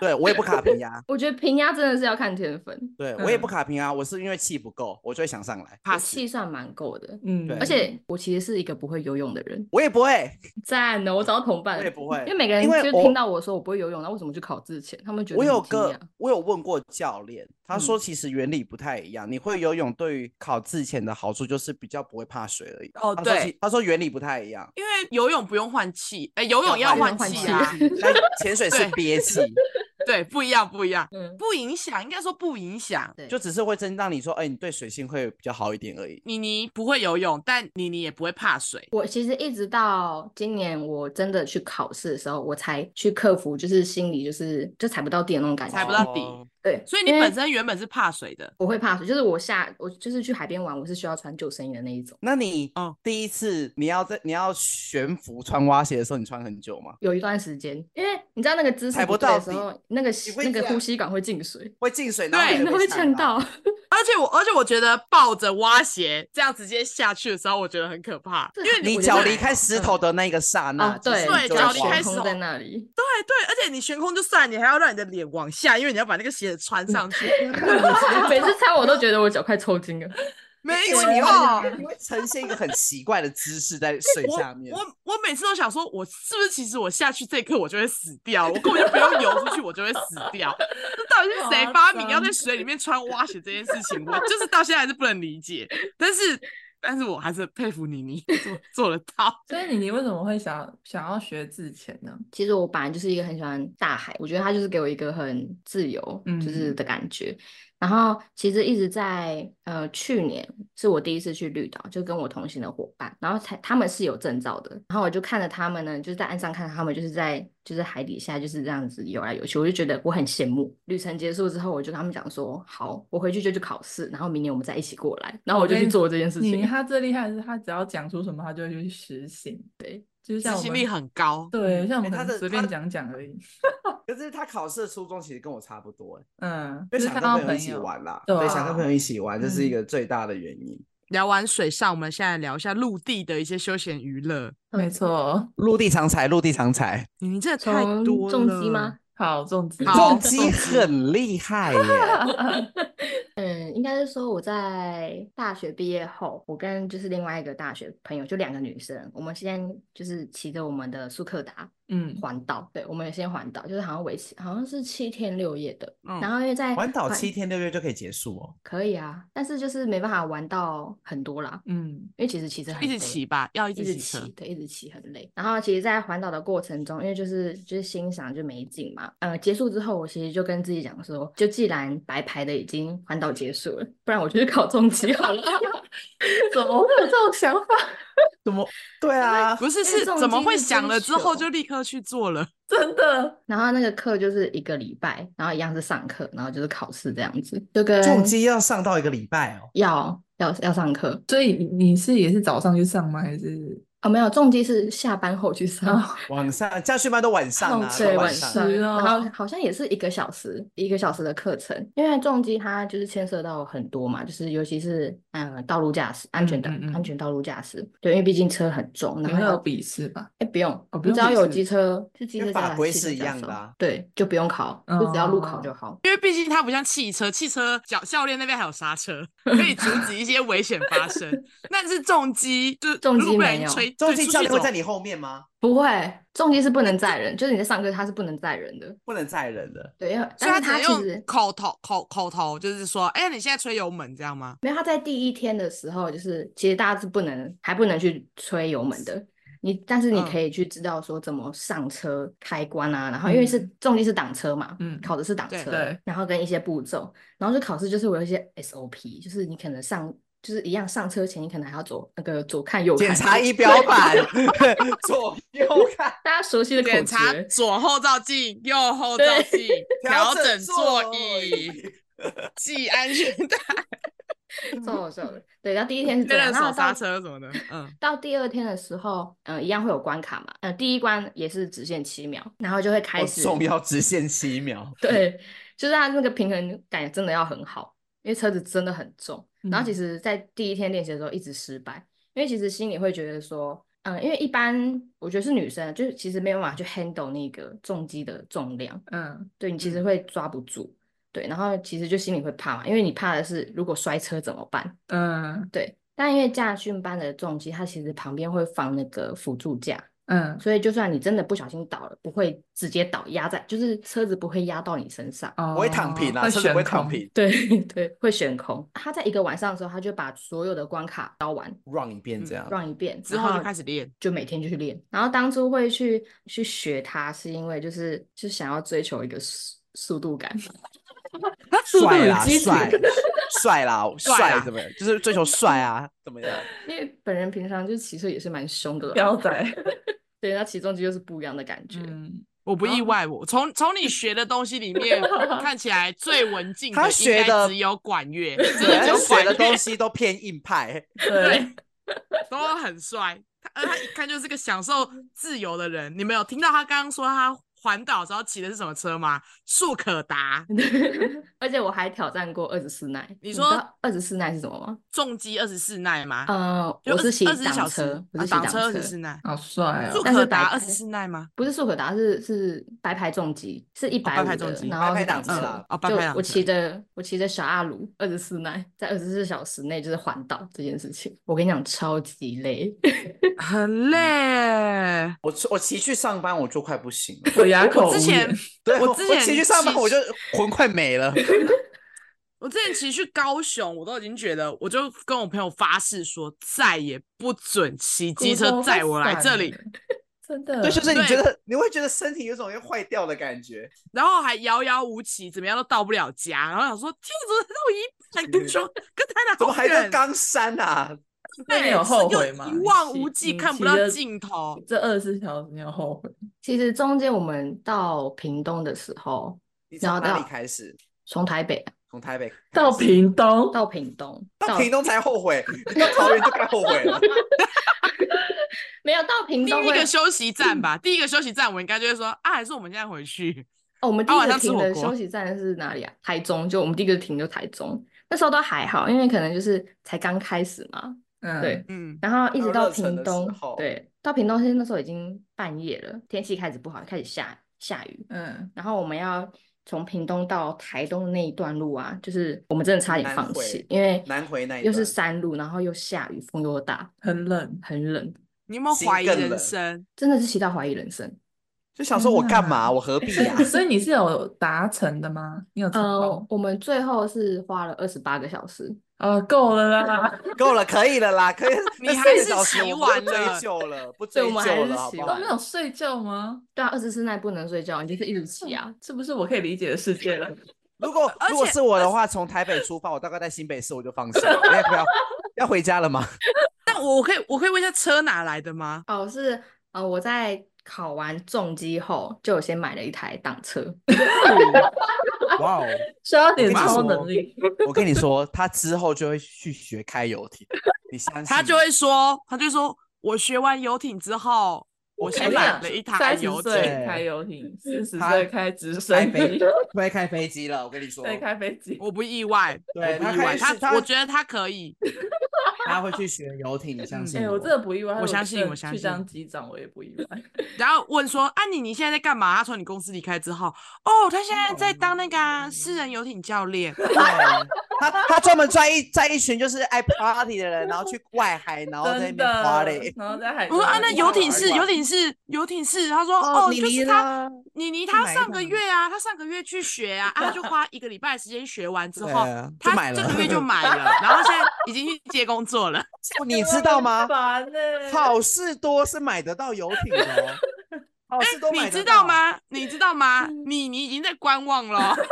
S2: 对我也不卡平压，
S3: 我觉得平压真的是要看天分，
S2: 对我也不
S1: 嗯
S2: 卡平啊压，我是因为气不够，我就会想上来。
S3: 我
S4: 怕死
S3: 气算蛮够的，
S1: 嗯，
S2: 对
S3: 而且我其实是一个不会游泳的人，
S2: 我也不 会，
S3: 赞哦，我找到同伴
S2: 我也不会
S3: 因为每个人
S2: 因为
S3: 就
S2: 我
S3: 听到我说我不会游泳，那为什么去考之前，他们觉得
S2: 我有
S3: 很惊
S2: 个
S3: 讶，
S2: 我有问过教练，他
S3: 嗯
S2: 说其实原理不太一样。你会游泳对于考自潜的好处就是比较不会怕水而已。
S4: 哦
S2: 他说
S4: 对
S2: 其，他说原理不太一样。
S4: 因为游泳不用换气，哎，游泳
S2: 要
S4: 要
S2: 换
S4: 换
S3: 换
S4: 气
S3: 气
S4: 啊，
S2: 但潜水是
S4: 对
S2: 憋气，
S4: 对，不一样，不一样，
S3: 嗯，
S4: 不影响，应该说不影响。
S3: 对，
S2: 就只是会真让你说，哎，你对水性会比较好一点而已。
S4: 妮妮不会游泳，但妮妮也不会怕水。
S3: 我其实一直到今年我真的去考试的时候，我才去克服，就是心里就是就踩不到地的那种感觉。
S4: 踩不到底
S2: 哦
S3: 对，
S4: 所以你
S3: 因为
S4: 本身原本是怕水的，
S3: 我会怕水，就是我下我就是去海边玩，我是需要穿救生衣的那一种。
S2: 那你
S4: 哦
S2: 第一次你要在你要悬浮穿蛙鞋的时候，你穿很久吗？
S3: 有一段时间，因为你知道那个姿势
S2: 踩不
S3: 对的
S2: 到
S3: 时
S2: 底
S3: 候，那个吸
S2: 会
S3: 那个
S2: 这
S3: 呼
S2: 样
S3: 吸管会进水，
S2: 会进水，
S4: 对
S2: 然
S3: 真
S2: 后
S3: 的
S2: 你
S3: 会
S2: 会
S3: 呛到。
S4: 而且我而且我觉得抱着蛙鞋这样直接下去的时候，我觉得很可怕，
S3: 这
S4: 因为
S3: 很
S4: 你
S2: 你
S3: 我觉
S2: 脚
S3: 得
S2: 离
S3: 还
S2: 开
S3: 好
S2: 石头的那个刹那，
S3: 哦，
S2: 其
S3: 对
S2: 实，
S4: 对
S2: 你就
S4: 脚
S2: 会
S4: 离
S2: 滑
S4: 开
S3: 悬
S4: 石
S3: 空
S4: 头
S3: 在那里，
S4: 对对，而且你悬空就算，你还要让你的脸往下，因为你要把那个鞋子穿上 去。
S3: 每 次擦我都觉得我脚快抽筋了。
S4: 没
S2: 因为你会你会呈现一个很奇怪的姿势在水
S4: 我
S2: 下面。
S4: 我我每次都想说，我是不是其实我下去这一刻我就会死掉，我根本就不用游出去，我就会死 掉。这到底是谁
S1: 夸
S4: 发明要在
S1: 张
S4: 水里面穿蛙鞋这件事情？我就是到现在还是不能理解。但是但是我还是很佩服你，你做做得到。
S1: 所以你你为什么会想想要学自潜呢？
S3: 其实我本来就是一个很喜欢大海，我觉得它就是给我一个很自由，就是
S1: 嗯
S3: 的感觉。然后其实一直在呃去年是我第一次去绿岛，就跟我同行的伙伴，然后才他们是有证照的，然后我就看着他们呢，就是在岸上看着他们，就是在就是海底下就是这样子游来游去，我就觉得我很羡慕。旅程结束之后，我就跟他们讲说，好，我回去就去考试，然后明年我们再一起过来，然后我就
S1: 跟
S3: 去
S1: 你
S3: 做这件事
S1: 你
S3: 情。
S1: 他最厉害的是他只要讲出什么，他就会去实行。
S3: 对，
S1: 就是
S4: 执
S1: 像我
S4: 行
S1: 们
S4: 力很高，
S1: 对，像我们
S2: 哎
S1: 可
S2: 他
S1: 能
S2: 的
S1: 随
S2: 他
S1: 便
S2: 的
S1: 讲讲而已。
S2: 可是他考试的初衷其实跟我差不多，哎
S1: 嗯，
S2: 就是想
S1: 看
S2: 跟
S1: 到
S2: 朋友一
S1: 朋
S2: 起
S1: 友。
S2: 玩啦，
S1: 对
S2: 对，想
S1: 啊
S2: 跟朋友一起玩，这是
S1: 嗯
S2: 一个最大的原因。
S4: 聊完水上，我们现在聊一下陆地的一些休闲娱乐。
S1: 没错，
S2: 陆地常才，陆地常才，
S4: 你你真的太
S3: 从
S4: 多了，
S3: 重击吗？？
S1: 好，粽子。
S4: 好
S2: 重击很厉害耶。
S3: 嗯，应该是说我在大学毕业后，我跟就是另外一个大学朋友，就两个女生，我们先就是骑着我们的速克达
S1: 嗯，
S3: 环岛，对，我们先环岛，就是好像为期好像是七天六夜的，
S4: 嗯
S3: 然后因为在
S2: 环岛
S3: 环
S2: 七天六夜就可以结束哦。
S3: 可以啊，但是就是没办法玩到很多啦，
S1: 嗯，
S3: 因为其实骑车
S4: 一
S3: 很
S4: 直
S3: 累
S4: 骑吧，要一
S3: 一直
S4: 直骑车
S3: 骑，对，一直骑很累。然后其实，在环岛的过程中，因为就是就是欣赏就美景嘛，呃，结束之后，我其实就跟自己讲说，就既然白牌的已经环岛结束了，不然我就去考重机好了。 怎么会有这种想法？
S2: 怎么？对 啊，
S4: 不是
S3: 因为
S4: 是
S3: 重
S4: 怎么
S3: 击
S4: 会
S3: 是
S4: 想
S3: 追
S4: 了之后
S3: 求
S4: 就立刻去做了？
S1: 真的，
S3: 然后那个课就是一个礼拜，然后一样是上课，然后就是考试这样子，就跟
S2: 重击要上到一个礼拜哦。
S3: 要要要上课
S1: 所以你你是也是早上去上吗？还是
S3: 哦，没有重机是下班后去上。
S1: 啊？
S2: 晚上家训班都晚上啊，
S1: 好
S2: 都
S1: 奇
S3: 对，
S1: 怪
S2: 晚
S3: 晚
S1: 上
S3: 上，然
S1: 哦
S3: 后好像也是一个小时，一个小时的课程，因为重机它就是牵涉到很多嘛，就是尤其是嗯、呃道路驾驶，安全的、
S1: 嗯嗯嗯
S3: 安全道路驾驶，对，因为毕竟车很重，
S1: 你
S3: 然
S1: 们
S3: 后
S1: 有
S3: 要
S1: 笔试吧？
S3: 哎不用，
S1: 哦不
S3: 你
S1: 用
S3: 只要
S1: 笔
S3: 有
S1: 试
S3: 机车是机
S2: 因为
S3: 车驾
S2: 法
S3: 驶
S2: 规
S3: 汽车
S2: 是一
S3: 驾
S2: 样
S3: 驶
S2: 的
S3: 哦
S2: 啊
S3: 对，就不用考，就只要路考
S1: 哦
S3: 就好。
S4: 因为毕竟它不像汽车，汽车教教练那边还有 刹车，可以阻止一些危险发生。但是重击就是
S3: 重
S4: 如果
S3: 机
S4: 不
S3: 没
S4: 小心
S3: 有
S4: 吹，
S2: 重
S4: 对
S2: 击
S4: 出
S2: 教
S4: 去
S2: 练会
S4: 走
S2: 在你后面吗？
S3: 不会，重机是不能载人，就是你在上课它是不能载人的，
S2: 不能载人 的。
S3: 对，因为
S4: 所以
S3: 但
S4: 他
S3: 是
S4: 只
S3: 它
S4: 能
S3: 其
S4: 用
S3: 实
S4: 口头口口头，就是说，哎、你现在吹油门这样吗？
S3: 没有，他在第一天的时候，就是其实大家是不能还不能去吹油门的，你但是你
S4: 嗯
S3: 可以去知道说怎么上车开关啊，然后因为是
S1: 嗯
S3: 重力是挡车嘛，
S1: 嗯
S3: 考的是挡
S4: 对
S3: 车
S1: 对，
S3: 然后跟一些步骤，然后就考试就是我有一些 SOP，就是你可能上就是一样上车前你可能还要左那个左看右
S2: 检
S3: 看，
S2: 查
S3: 就
S2: 仪表板，左右看，
S3: 大家熟悉的口
S4: 检查
S3: 诀，
S4: 左后照镜、右后照镜、调整座
S2: 座
S4: 椅、系 安全带、
S3: 超好笑的。对，然后第一天 是这
S4: 确
S3: 样，
S4: 认
S3: 然后
S4: 手刹
S3: 到
S4: 车什么的。嗯，
S3: 到第二天的时候，嗯、一样会有关卡嘛，嗯、第一关也是只限七秒，然后就会开
S2: 好
S3: 始。
S2: 哦重要，直线七秒。
S3: 对，就是它那个平衡感真的要很好，因为车子真的很重。然后其
S1: 嗯
S3: 实，在第一天练习的时候一直失败，因为其实心里会觉得说，嗯，因为一般我觉得是女生，啊就是其实没有办法去 handle 那个重机的重量，
S1: 嗯，
S3: 对你其实
S4: 嗯
S3: 会抓不住，对，然后其实就心里会怕嘛，因为你怕的是如果摔车怎么办？
S1: 嗯
S3: 对，但因为驾训班的重机，它其实旁边会放那个辅助架，
S1: 嗯，
S3: 所以就算你真的不小心倒了，不会直接倒压在，就是车子不会压到你身上。
S1: 哦，
S2: 不会躺平啊，
S1: 会
S2: 车子不会
S1: 悬
S2: 躺
S1: 空，
S2: 平
S3: 对对，会悬空。他在一个晚上的时候，他就把所有的关卡都
S2: ，run 一遍这
S4: 嗯
S2: 样。
S3: run 一遍，
S4: 之
S3: 然
S4: 后就
S3: 后
S4: 开始练
S3: 就每天就去练。然后当初会去去学它，是因为就是就想要追求一个速速度感，速度
S2: 帅
S3: 与
S2: 啦，
S3: 激
S2: 帅
S3: 情。，
S2: 帅啦，
S4: 帅啦
S2: 帅怎么样？就是追求帅啊，怎么样？
S3: 因为本人平常就骑车也是蛮凶的啦，
S1: 标仔，
S3: 对，那起重机就是不一样的感觉。
S1: 嗯，
S4: 我不意
S1: 好
S4: 外，我从从你学的东西里 面看起来最文静
S2: 他
S4: 的，应
S2: 学
S4: 该
S2: 的
S4: 只有管 乐，真的
S2: 对
S4: 只有
S2: 他学
S4: 管
S2: 的
S4: 乐
S2: 东西都偏硬派，
S1: 对，
S4: 都很帅。他而他一看就是个享受自由的人。你们有听到他刚刚说他环岛的时候骑的是什么车吗？速可达，
S3: 而且我还挑战过二十四耐，
S4: 嗯你
S3: 知
S4: 说
S3: 道二十四耐是什么吗？
S4: 重机二十四耐吗？
S3: 呃，
S4: 就
S3: 我
S4: 20
S3: 是骑
S4: 二十四
S3: 挡
S4: 小
S3: 车
S4: 时，
S3: 我
S4: 啊
S3: 是骑
S4: 挡
S3: 挡
S4: 车二十
S3: 车哎
S4: 四耐，
S1: 好帅
S4: 速
S1: 哦，
S3: 但是
S4: 可
S3: 白
S4: 达
S3: 牌
S4: 二十四耐吗？
S3: 不是速可达，是是白牌重机，是一百
S4: 哦白
S3: 五
S4: 牌
S3: 的，
S4: 重机
S3: 然
S2: 白
S3: 后
S2: 牌
S3: 是
S2: 档
S3: 挡
S2: 次
S3: 车。
S2: 啦
S4: 哦白
S3: 就
S4: 牌档
S3: 我
S4: 车
S3: 骑着我骑着小阿鲁二十四耐，在二十四小时内就是环岛这件事情，我跟你讲超级累。
S4: 很累。
S2: 我我骑去上班我就快不行了。
S1: 我哑口
S4: 之
S1: 无
S4: 前
S1: 言，
S2: 对，
S4: 我
S2: 我
S4: 之
S2: 我
S4: 前
S2: 骑去上班
S4: 骑
S2: 我就魂快没了。
S4: 我之前其实去高雄，我都已经觉得，我就跟我朋友发誓说，再也不准骑机车载我来这里，，
S1: 真的，
S2: 对，就是你觉
S4: 嗯对
S2: 得你会觉得身体有种要坏掉的感觉，
S4: 然后还遥遥无期，怎么样都到不了家。然后想说，天啊，怎么才到一半，跟说跟台南
S2: 怎么
S4: 好
S2: 还在
S4: 远
S2: 冈山啊？
S1: 那你
S4: 对
S1: 有
S4: 是
S1: 后
S4: 又
S1: 悔吗？
S4: 一望
S1: 你
S4: 无
S1: 骑
S4: 际
S1: 你
S4: 看
S1: 骑
S4: 不到
S1: 了
S4: 尽头
S1: 这二十四小时你有后悔？
S3: 其实中间我们到屏东的时候，
S2: 你
S3: 然
S2: 从
S3: 后
S2: 哪
S3: 到
S2: 里开始？
S3: 从台北啊
S2: 从台北开
S1: 到
S2: 始
S1: 屏东，
S3: 到屏东，
S2: 到屏东才后 悔，你到桃园就该后悔了。
S3: 没有到屏
S4: 第
S3: 东
S4: 一
S3: 会
S4: 个休息
S1: 嗯
S4: 站吧，第一个休息站我应该就会说啊，还是我们现在回去。
S3: 哦，我们第
S4: 啊
S3: 一
S4: 晚
S3: 个
S4: 上吃
S3: 停
S4: 火
S3: 的
S4: 锅
S3: 休息站是哪里啊？台中，就我们第一个停就台中。那时候都还好，因为可能就是才刚开始嘛，
S1: 嗯，
S3: 对，
S4: 嗯，
S3: 然后一直
S2: 还有
S3: 到
S2: 热忱
S3: 屏
S2: 的时
S3: 东
S2: 候，
S3: 对，到屏东是那时候已经半夜了，天气开始不好，开始下下雨，
S1: 嗯，
S3: 然后我们要从屏东到台东的那一段路啊，就是我们真的差点
S2: 南
S3: 放
S2: 回
S3: 弃，因为
S2: 南回那一
S3: 又是
S2: 段
S3: 山路，然后又下雨，风又大，
S1: 很冷，
S3: 很冷，
S4: 你有没有
S2: 心
S4: 怀疑
S2: 更
S4: 人
S2: 冷
S4: 生？
S3: 真的是骑到怀疑人生。
S2: 就想说我干
S1: 天哪
S3: 啊
S2: 嘛？我何必
S1: 所
S2: 呀
S1: 以？啊所以你是有达成的吗？你有成
S3: 呃
S1: 功？，
S3: 我们最后是花了二十八个小时，
S1: 呃，够了 啦，
S2: 够了，可以了啦，可以。
S4: 你
S2: 那
S4: 还
S2: 三个
S4: 是
S2: 小时
S4: 骑
S2: 我们
S4: 完
S2: 不追
S4: 了
S2: 究了，不追
S3: 对我们还
S2: 究
S3: 是
S2: 了，好
S3: 骑
S2: 不
S3: 完
S2: 好
S1: 都没？有睡觉吗？
S3: 对啊，二十四那不能睡觉，你就是一直骑
S4: 嗯
S3: 啊。
S1: 这不是我可以理解的世界 了。
S2: 如果
S4: 而
S2: 如果
S4: 且
S2: 是我的话，从台北出发，我大概在新北市我就放心了，因为不要要回家了吗？
S4: 但我可以我可以问一下车哪来的吗？
S3: 哦，是呃，我在考完重机后，就有先买了一台挡车，
S1: 嗯
S2: 哇哦！
S1: 需要点
S2: 我跟你
S1: 超
S2: 说
S1: 能力，
S2: 我跟你说，他之后就会去学开游艇，你相信？
S4: 他就会说，他就说我学完游艇之后，我
S2: 开了
S4: 先买了一台
S1: 啊三十
S4: 游艇。
S1: 岁
S2: 艇
S1: 开游艇，四十
S2: 他
S1: 岁开直
S2: 开
S1: 升
S2: 飞，
S1: 机，
S2: 就会开飞机了。我跟你说，
S1: 对，开飞机。
S4: 我不意外，
S2: 对
S4: 我不
S2: 他
S4: 意
S2: 开
S4: 外，
S2: 始
S4: 他
S2: 他
S4: 我觉得他可以，
S2: 他会去学游艇，你相
S4: 嗯
S1: 哎、
S2: 信我？
S1: 我真的不意外，如
S4: 我
S1: 果
S4: 相信
S1: 真的
S4: 我相
S1: 去
S4: 信
S1: 当机长，我也不意 外。
S4: 然后问说安妮、你现在在干嘛？他从你公司离开之后，哦，他现在在当那个啊私人游艇教 练，
S2: 对他他专门拽一拽一群就是爱 party 的人，然后去外海，然后在那
S1: 真
S2: 边
S1: 的
S2: party，。
S1: 然后在 海
S4: 我
S1: 中
S4: 说啊，
S1: 玩
S4: 那
S1: 一
S4: 游
S1: 玩
S4: 艇
S1: 玩
S4: 是
S1: 一
S4: 游
S1: 玩
S4: 艇是游艇是，他说
S2: 哦
S4: 哦，
S2: 妮
S4: 就
S2: 妮
S4: 是他
S2: 啦
S4: 妮妮
S2: 是
S4: 他
S2: 哪一
S4: 上个
S2: 款
S4: 月啊，他上个月去学啊，啊，他就花一个礼拜的时间学完之
S2: 对
S4: 后
S2: 啊，就
S4: 他
S2: 买
S4: 这
S2: 了
S4: 个月就买了，然后现在已经去接工作了。
S2: 你知道吗
S1: 很？烦欸
S2: 好事多是买得到游艇的哦， 好事多买
S4: 你
S2: 得
S4: 知
S2: 到
S4: 道？吗？你知道吗？你你已经在观望了。哦
S2: 对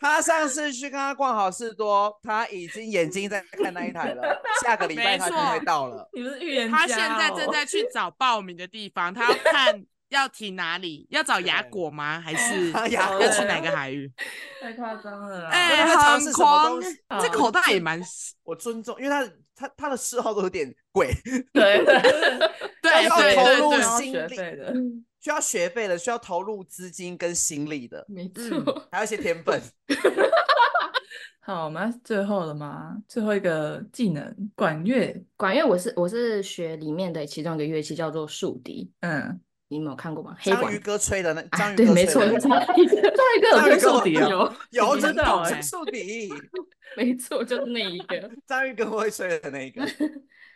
S2: 他上次去跟他逛好事多，他已经眼睛在看那一台了，下个礼拜
S4: 没
S2: 他就
S4: 错
S2: 会到了。
S1: 你们是预言家、哦，
S4: 他现在正在去找报名的地 方，他要看要停哪里，要找雅
S2: 对
S4: 果吗？还是
S2: 啊 雅
S4: 要去
S1: 果
S4: 哪个海域？
S1: 太夸张了啦！
S4: 哎、
S2: 那他尝试
S4: 很
S2: 什么
S4: 狂
S2: 东西，啊
S4: 这
S1: 好
S4: 口袋也蛮
S2: 我尊重，因为他的他他的嗜好都有点贵，
S1: 对
S4: 对
S2: 要
S4: 对
S2: 投
S4: 对
S2: 入
S4: 对，
S1: 要
S2: 心
S1: 学
S2: 力
S1: 费的，
S2: 需要学费的，需要投入资金跟心力 的，
S3: 没
S4: 嗯
S3: 错。
S2: 还有一些天分。
S1: 好，我们要最后了吗？最后一个技能，管乐。
S3: 管乐我是我是学里面的其中一个乐器叫做竖笛，
S1: 嗯，
S3: 你们有看过吗？ 黑
S2: 章
S3: 管
S2: 鱼。哥吹的那
S3: 啊
S2: 章鱼
S3: 对，
S2: 哥
S3: 没
S2: 吹
S3: 错，哎
S2: 的那
S1: 下一个
S2: 个
S3: 就是那一个
S1: 有
S2: 章
S1: 吹
S2: 鱼哥
S1: 竖
S2: 我
S1: 笛
S2: 有
S1: 哦，
S2: 有
S1: 你
S2: 真
S1: 知道
S2: 懂
S1: 欸
S2: 是竖笛，
S3: 没错，就是那一个。
S2: 章鱼哥会吹的那一个。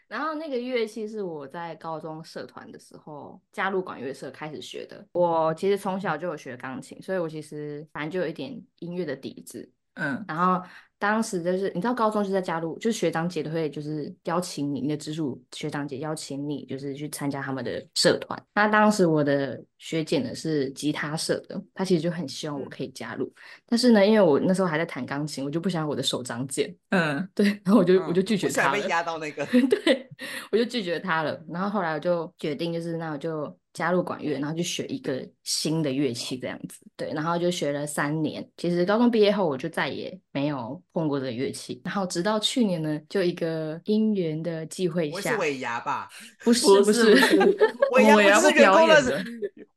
S3: 然后那个乐器是我在高中社团的时候加入管乐社开始学的。我其实从小就有学钢琴，所以我其实反正就有一点音乐的底子。
S1: 嗯，
S3: 然后当时就是你知道，高中就在加入，就是学长姐都会就是邀请你，你的直属学长姐邀请你，就是去参加他们的社团。那当时我的学姐呢是吉他社的，她其实就很希
S2: 嗯
S3: 望我可以加入，但是呢，因为我那时候还在弹钢琴，我就不想要我的手长茧，
S1: 嗯，
S3: 对，然后我就我
S4: 嗯
S3: 就拒绝
S2: 我想
S3: 她
S2: 被
S3: 了。
S2: 压到那个
S3: 对，我就拒绝他了。然后后来我就决定，就是那我就加入管乐，然后去学一个新的乐器这样子。对，然后就学了三年。其实高中毕业后，我就再也没有碰过这个乐器。然后直到去年呢，就一个因缘的际会
S2: 不会是
S3: 下，
S2: 尾牙 吧？
S3: 不是
S1: 不是
S3: 不
S1: 不
S3: 是，
S1: 是
S2: 尾
S1: 我
S2: 牙
S1: 要
S2: 不是
S1: 不
S2: 员
S1: 表
S2: 工
S1: 演
S2: 的
S1: 的，？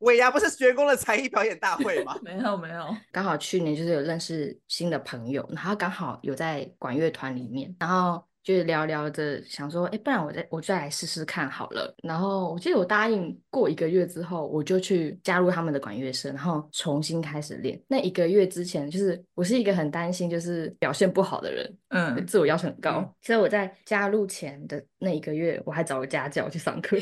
S2: 尾牙不是员工的才艺表演大会 吗
S1: 没有没有，
S3: 刚好去年就是有认识新的朋友，然后刚好有在管乐团里面，然后就是聊聊着想说，哎，不然我再我再来试试看好了。然后我记得我答应过一个月之后，我就去加入他们的管乐社，然后重新开始练。那一个月之前，就是我是一个很担心就是表现不好的人，
S1: 嗯，
S3: 自我要求很高，
S2: 嗯
S3: 所以我在加入前的那一个月，我还找了家教去上课。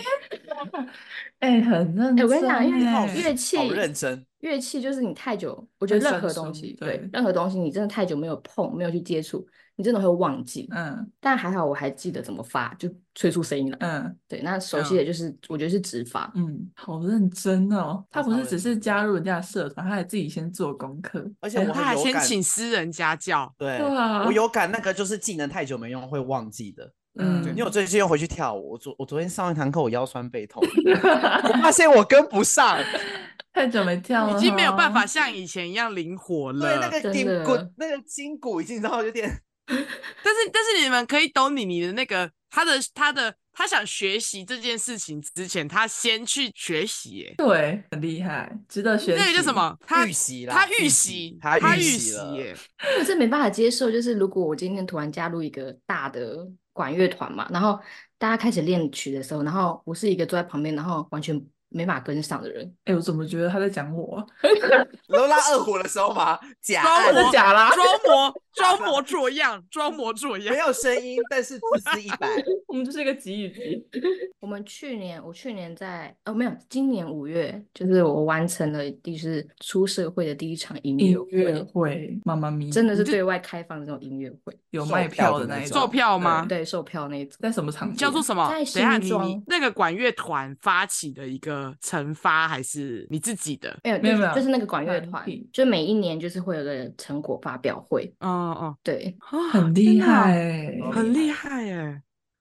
S1: 哎、很认
S3: 哎
S1: 真、欸
S3: 我跟你讲因为
S2: 好
S3: 乐器
S2: 好认真，
S3: 乐器就是你太久，我觉得
S1: 会
S3: 任何
S1: 生
S3: 东
S1: 疏
S3: 西，
S1: 对
S3: 任何东西，你真的太久没有碰，没有去接触，你真的会忘记。
S1: 嗯
S3: 但还好我还记得怎么发，就吹出声音来。
S1: 嗯
S3: 对，那熟悉的就是我觉得是指法，
S1: 嗯，好认真哦。他不
S2: 超
S1: 是只
S2: 认
S1: 是
S2: 真
S1: 加入人家的社团，他还自己先做功课。
S2: 而且
S1: 哎
S2: 我
S4: 他
S2: 很
S4: 还
S2: 有
S4: 先
S2: 感，
S4: 请私人家教，
S2: 对，
S1: 对啊
S2: 我有感，那个就是技能太久没用会忘记的。
S1: 嗯，
S2: 因为我最近又回去跳舞，我昨我昨天上一堂课我腰酸背 痛，我发现我跟不上，
S1: 太久没跳了，
S4: 已经没有办法。像以前一样灵活了。
S2: 嗯对那个
S3: 真
S2: 筋
S3: 的
S2: 骨那个筋骨已经然后有点
S4: 但是但是你们可以懂你你的那个他的他的他想学习这件事情之前，他先去学习耶，
S1: 对，很厉害，值得学习。
S4: 那个叫什？么？他
S2: 预习啦，
S4: 他预习，
S2: 他
S4: 他
S2: 预
S4: 习
S2: 了，
S4: 耶，
S3: 我是没办法接受。就是如果我今天突然加入一个大的管乐团嘛，然后大家开始练曲的时候，然后我是一个坐在旁边，然后完全没法跟上的人，
S1: 哎、我怎么觉得他在讲我？啊
S2: 然后拉二胡的时候嘛，假
S4: 然后
S2: 按
S1: 真的假啦？
S4: 装模装模作样，装模作样
S2: 没。有声音，但是自私一 百，
S1: 我们就是一个给予级。
S3: 我们去年，我去年在哦，没有，今年五月，就是我完成了就是出社会的第一场音
S1: 音
S3: 乐
S1: 乐
S3: 会，
S1: 会，妈妈咪，
S3: 真的是
S4: 这
S3: 对外开放的那种音乐会，
S1: 有
S2: 售
S1: 卖
S2: 票
S1: 票
S2: 的
S1: 的
S2: 那
S1: 那一
S2: 种
S1: 种。
S4: 售票吗
S1: 对
S3: 对，售票那一种。
S1: 在什么场地啊？
S4: 叫做什么？
S3: 在
S4: 等一下，
S3: 新
S4: 你你
S3: 庄
S4: 那个管乐团发起的一个惩罚，还是你自己的？
S3: 没有，
S1: 没有
S3: 就
S1: 没
S3: 是
S1: 有
S3: 就是那个管乐
S1: 团
S3: 团
S1: 体，
S3: 就每一年就是会有个成果发表会，
S4: 嗯嗯，
S3: 对。
S4: 啊
S1: 很
S4: 天
S1: 厉
S4: 哪
S1: 害欸，
S2: 好
S4: 很
S2: 厉
S4: 厉害耶！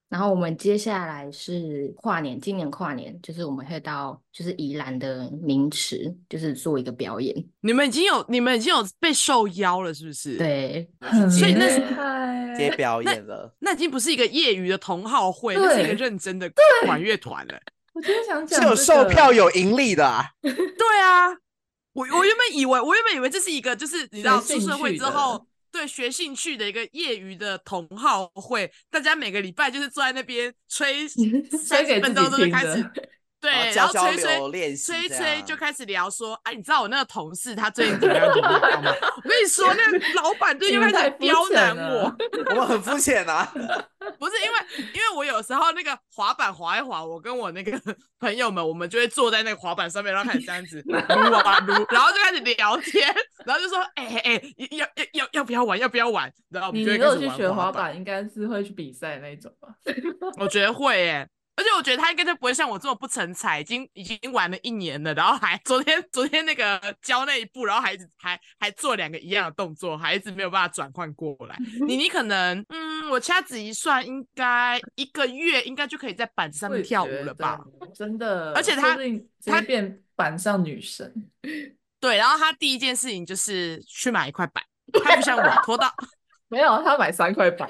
S3: 然后我们接下来是跨年，今年跨年就是我们会到就是宜兰的名池，就是做一个表演，
S4: 你们已经有你们已经有被受邀了，是不是？，
S3: 对，
S1: 很
S4: 所以那
S1: 厉
S4: 是
S1: 害
S2: 接
S1: 欸。
S2: 表演了。
S4: 那已经不是一个业余的同好会，那是一个
S1: 对
S4: 认真的管乐团了。
S1: 我真的想
S2: 是
S1: 讲这
S2: 有售
S1: 个
S2: 票有盈利的、啊，
S4: 对啊，我我原本以为我原本以为这是一个就是你知道
S1: 哎学
S4: 出
S1: 兴
S4: 社会
S1: 趣
S4: 之
S1: 的
S4: 后。对学兴趣的一个业余的同好会，大家每个礼拜就是坐在那边 吹
S1: 吹
S4: 三
S1: 给
S4: 十
S1: 自己
S4: 分钟之后就
S1: 听
S4: 开始
S1: 的，
S4: 对，
S2: 然后
S4: 然
S2: 交
S4: 后
S2: 哦交
S4: 吹吹
S2: 流练习
S4: 吹一
S2: 这
S4: 吹就
S2: 样
S4: 开始聊说，哎、你知道我那个同事 他最近怎么样怎么样吗？我跟你说，那个老板最
S1: 哎你
S4: 近
S1: 们
S4: 开
S1: 太
S4: 始
S1: 肤
S4: 刁
S1: 浅
S4: 难
S1: 了
S4: 我，
S2: 我们很肤浅 啊。
S4: 不是因为因为我有时候那个滑板滑一滑，我跟我那个朋友们，我们就会坐在那个滑板上面，然后开始这样子撸啊撸，然后就开始聊天，然后就说，哎哎哎，要要要要不要玩？要不要玩？然后我
S1: 你
S4: 们
S1: 你
S4: 就会
S1: 如果
S4: 开始
S1: 去
S4: 玩
S1: 学滑
S4: 滑板，
S1: 板，应该是会去比赛那一种吧？
S4: 我觉得会耶、而且我觉得他应该就不会像我这么不成才，已经已经玩了一年了，然后还 昨天昨天那个教那一步，然后还一直还还做两个一样的动作，还一直没有办法转换过来。你你可能，嗯，我掐指一算，应该一个月应该就可以在板子上
S1: 我
S4: 面
S1: 也
S4: 跳舞
S1: 觉
S4: 了吧？
S1: 得？真的，
S4: 而且
S1: 说
S4: 他
S1: 不定直
S4: 他
S1: 接变板上女神，
S4: 对，然后他第一件事情就是去买一块板，他不像我拖到
S1: 没有，他买三块板，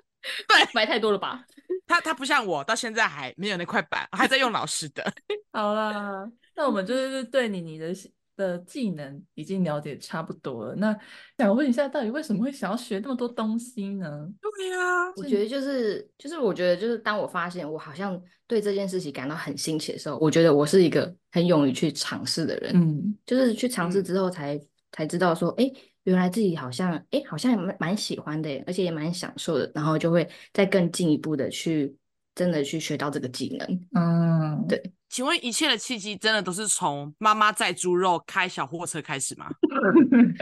S3: 买太多了吧？
S4: 他他不像我到现在还没有那块板，还在用老师的。
S1: 好啦，那我们就是对你你的喜的技能已经了解差不多了。那想问一下，到底为什么会想要学那么多东西呢？
S4: 对呀、
S3: 我
S1: 是
S3: 觉得就是就是我觉得就是当我发现我好像对这件事情感到很新奇的时候，我觉得我是一个很勇于去尝试的人，
S1: 嗯，
S3: 就是去尝试
S4: 嗯
S3: 之后才才知道说，哎，原来自己好像哎好像也蛮蛮喜欢的耶，而且也蛮享受的，然后就会再更进一步的去真的去学到这个技能。
S1: 嗯，
S3: 对
S4: 请问一切的契机真的都是从妈妈载猪肉开小货车开始吗？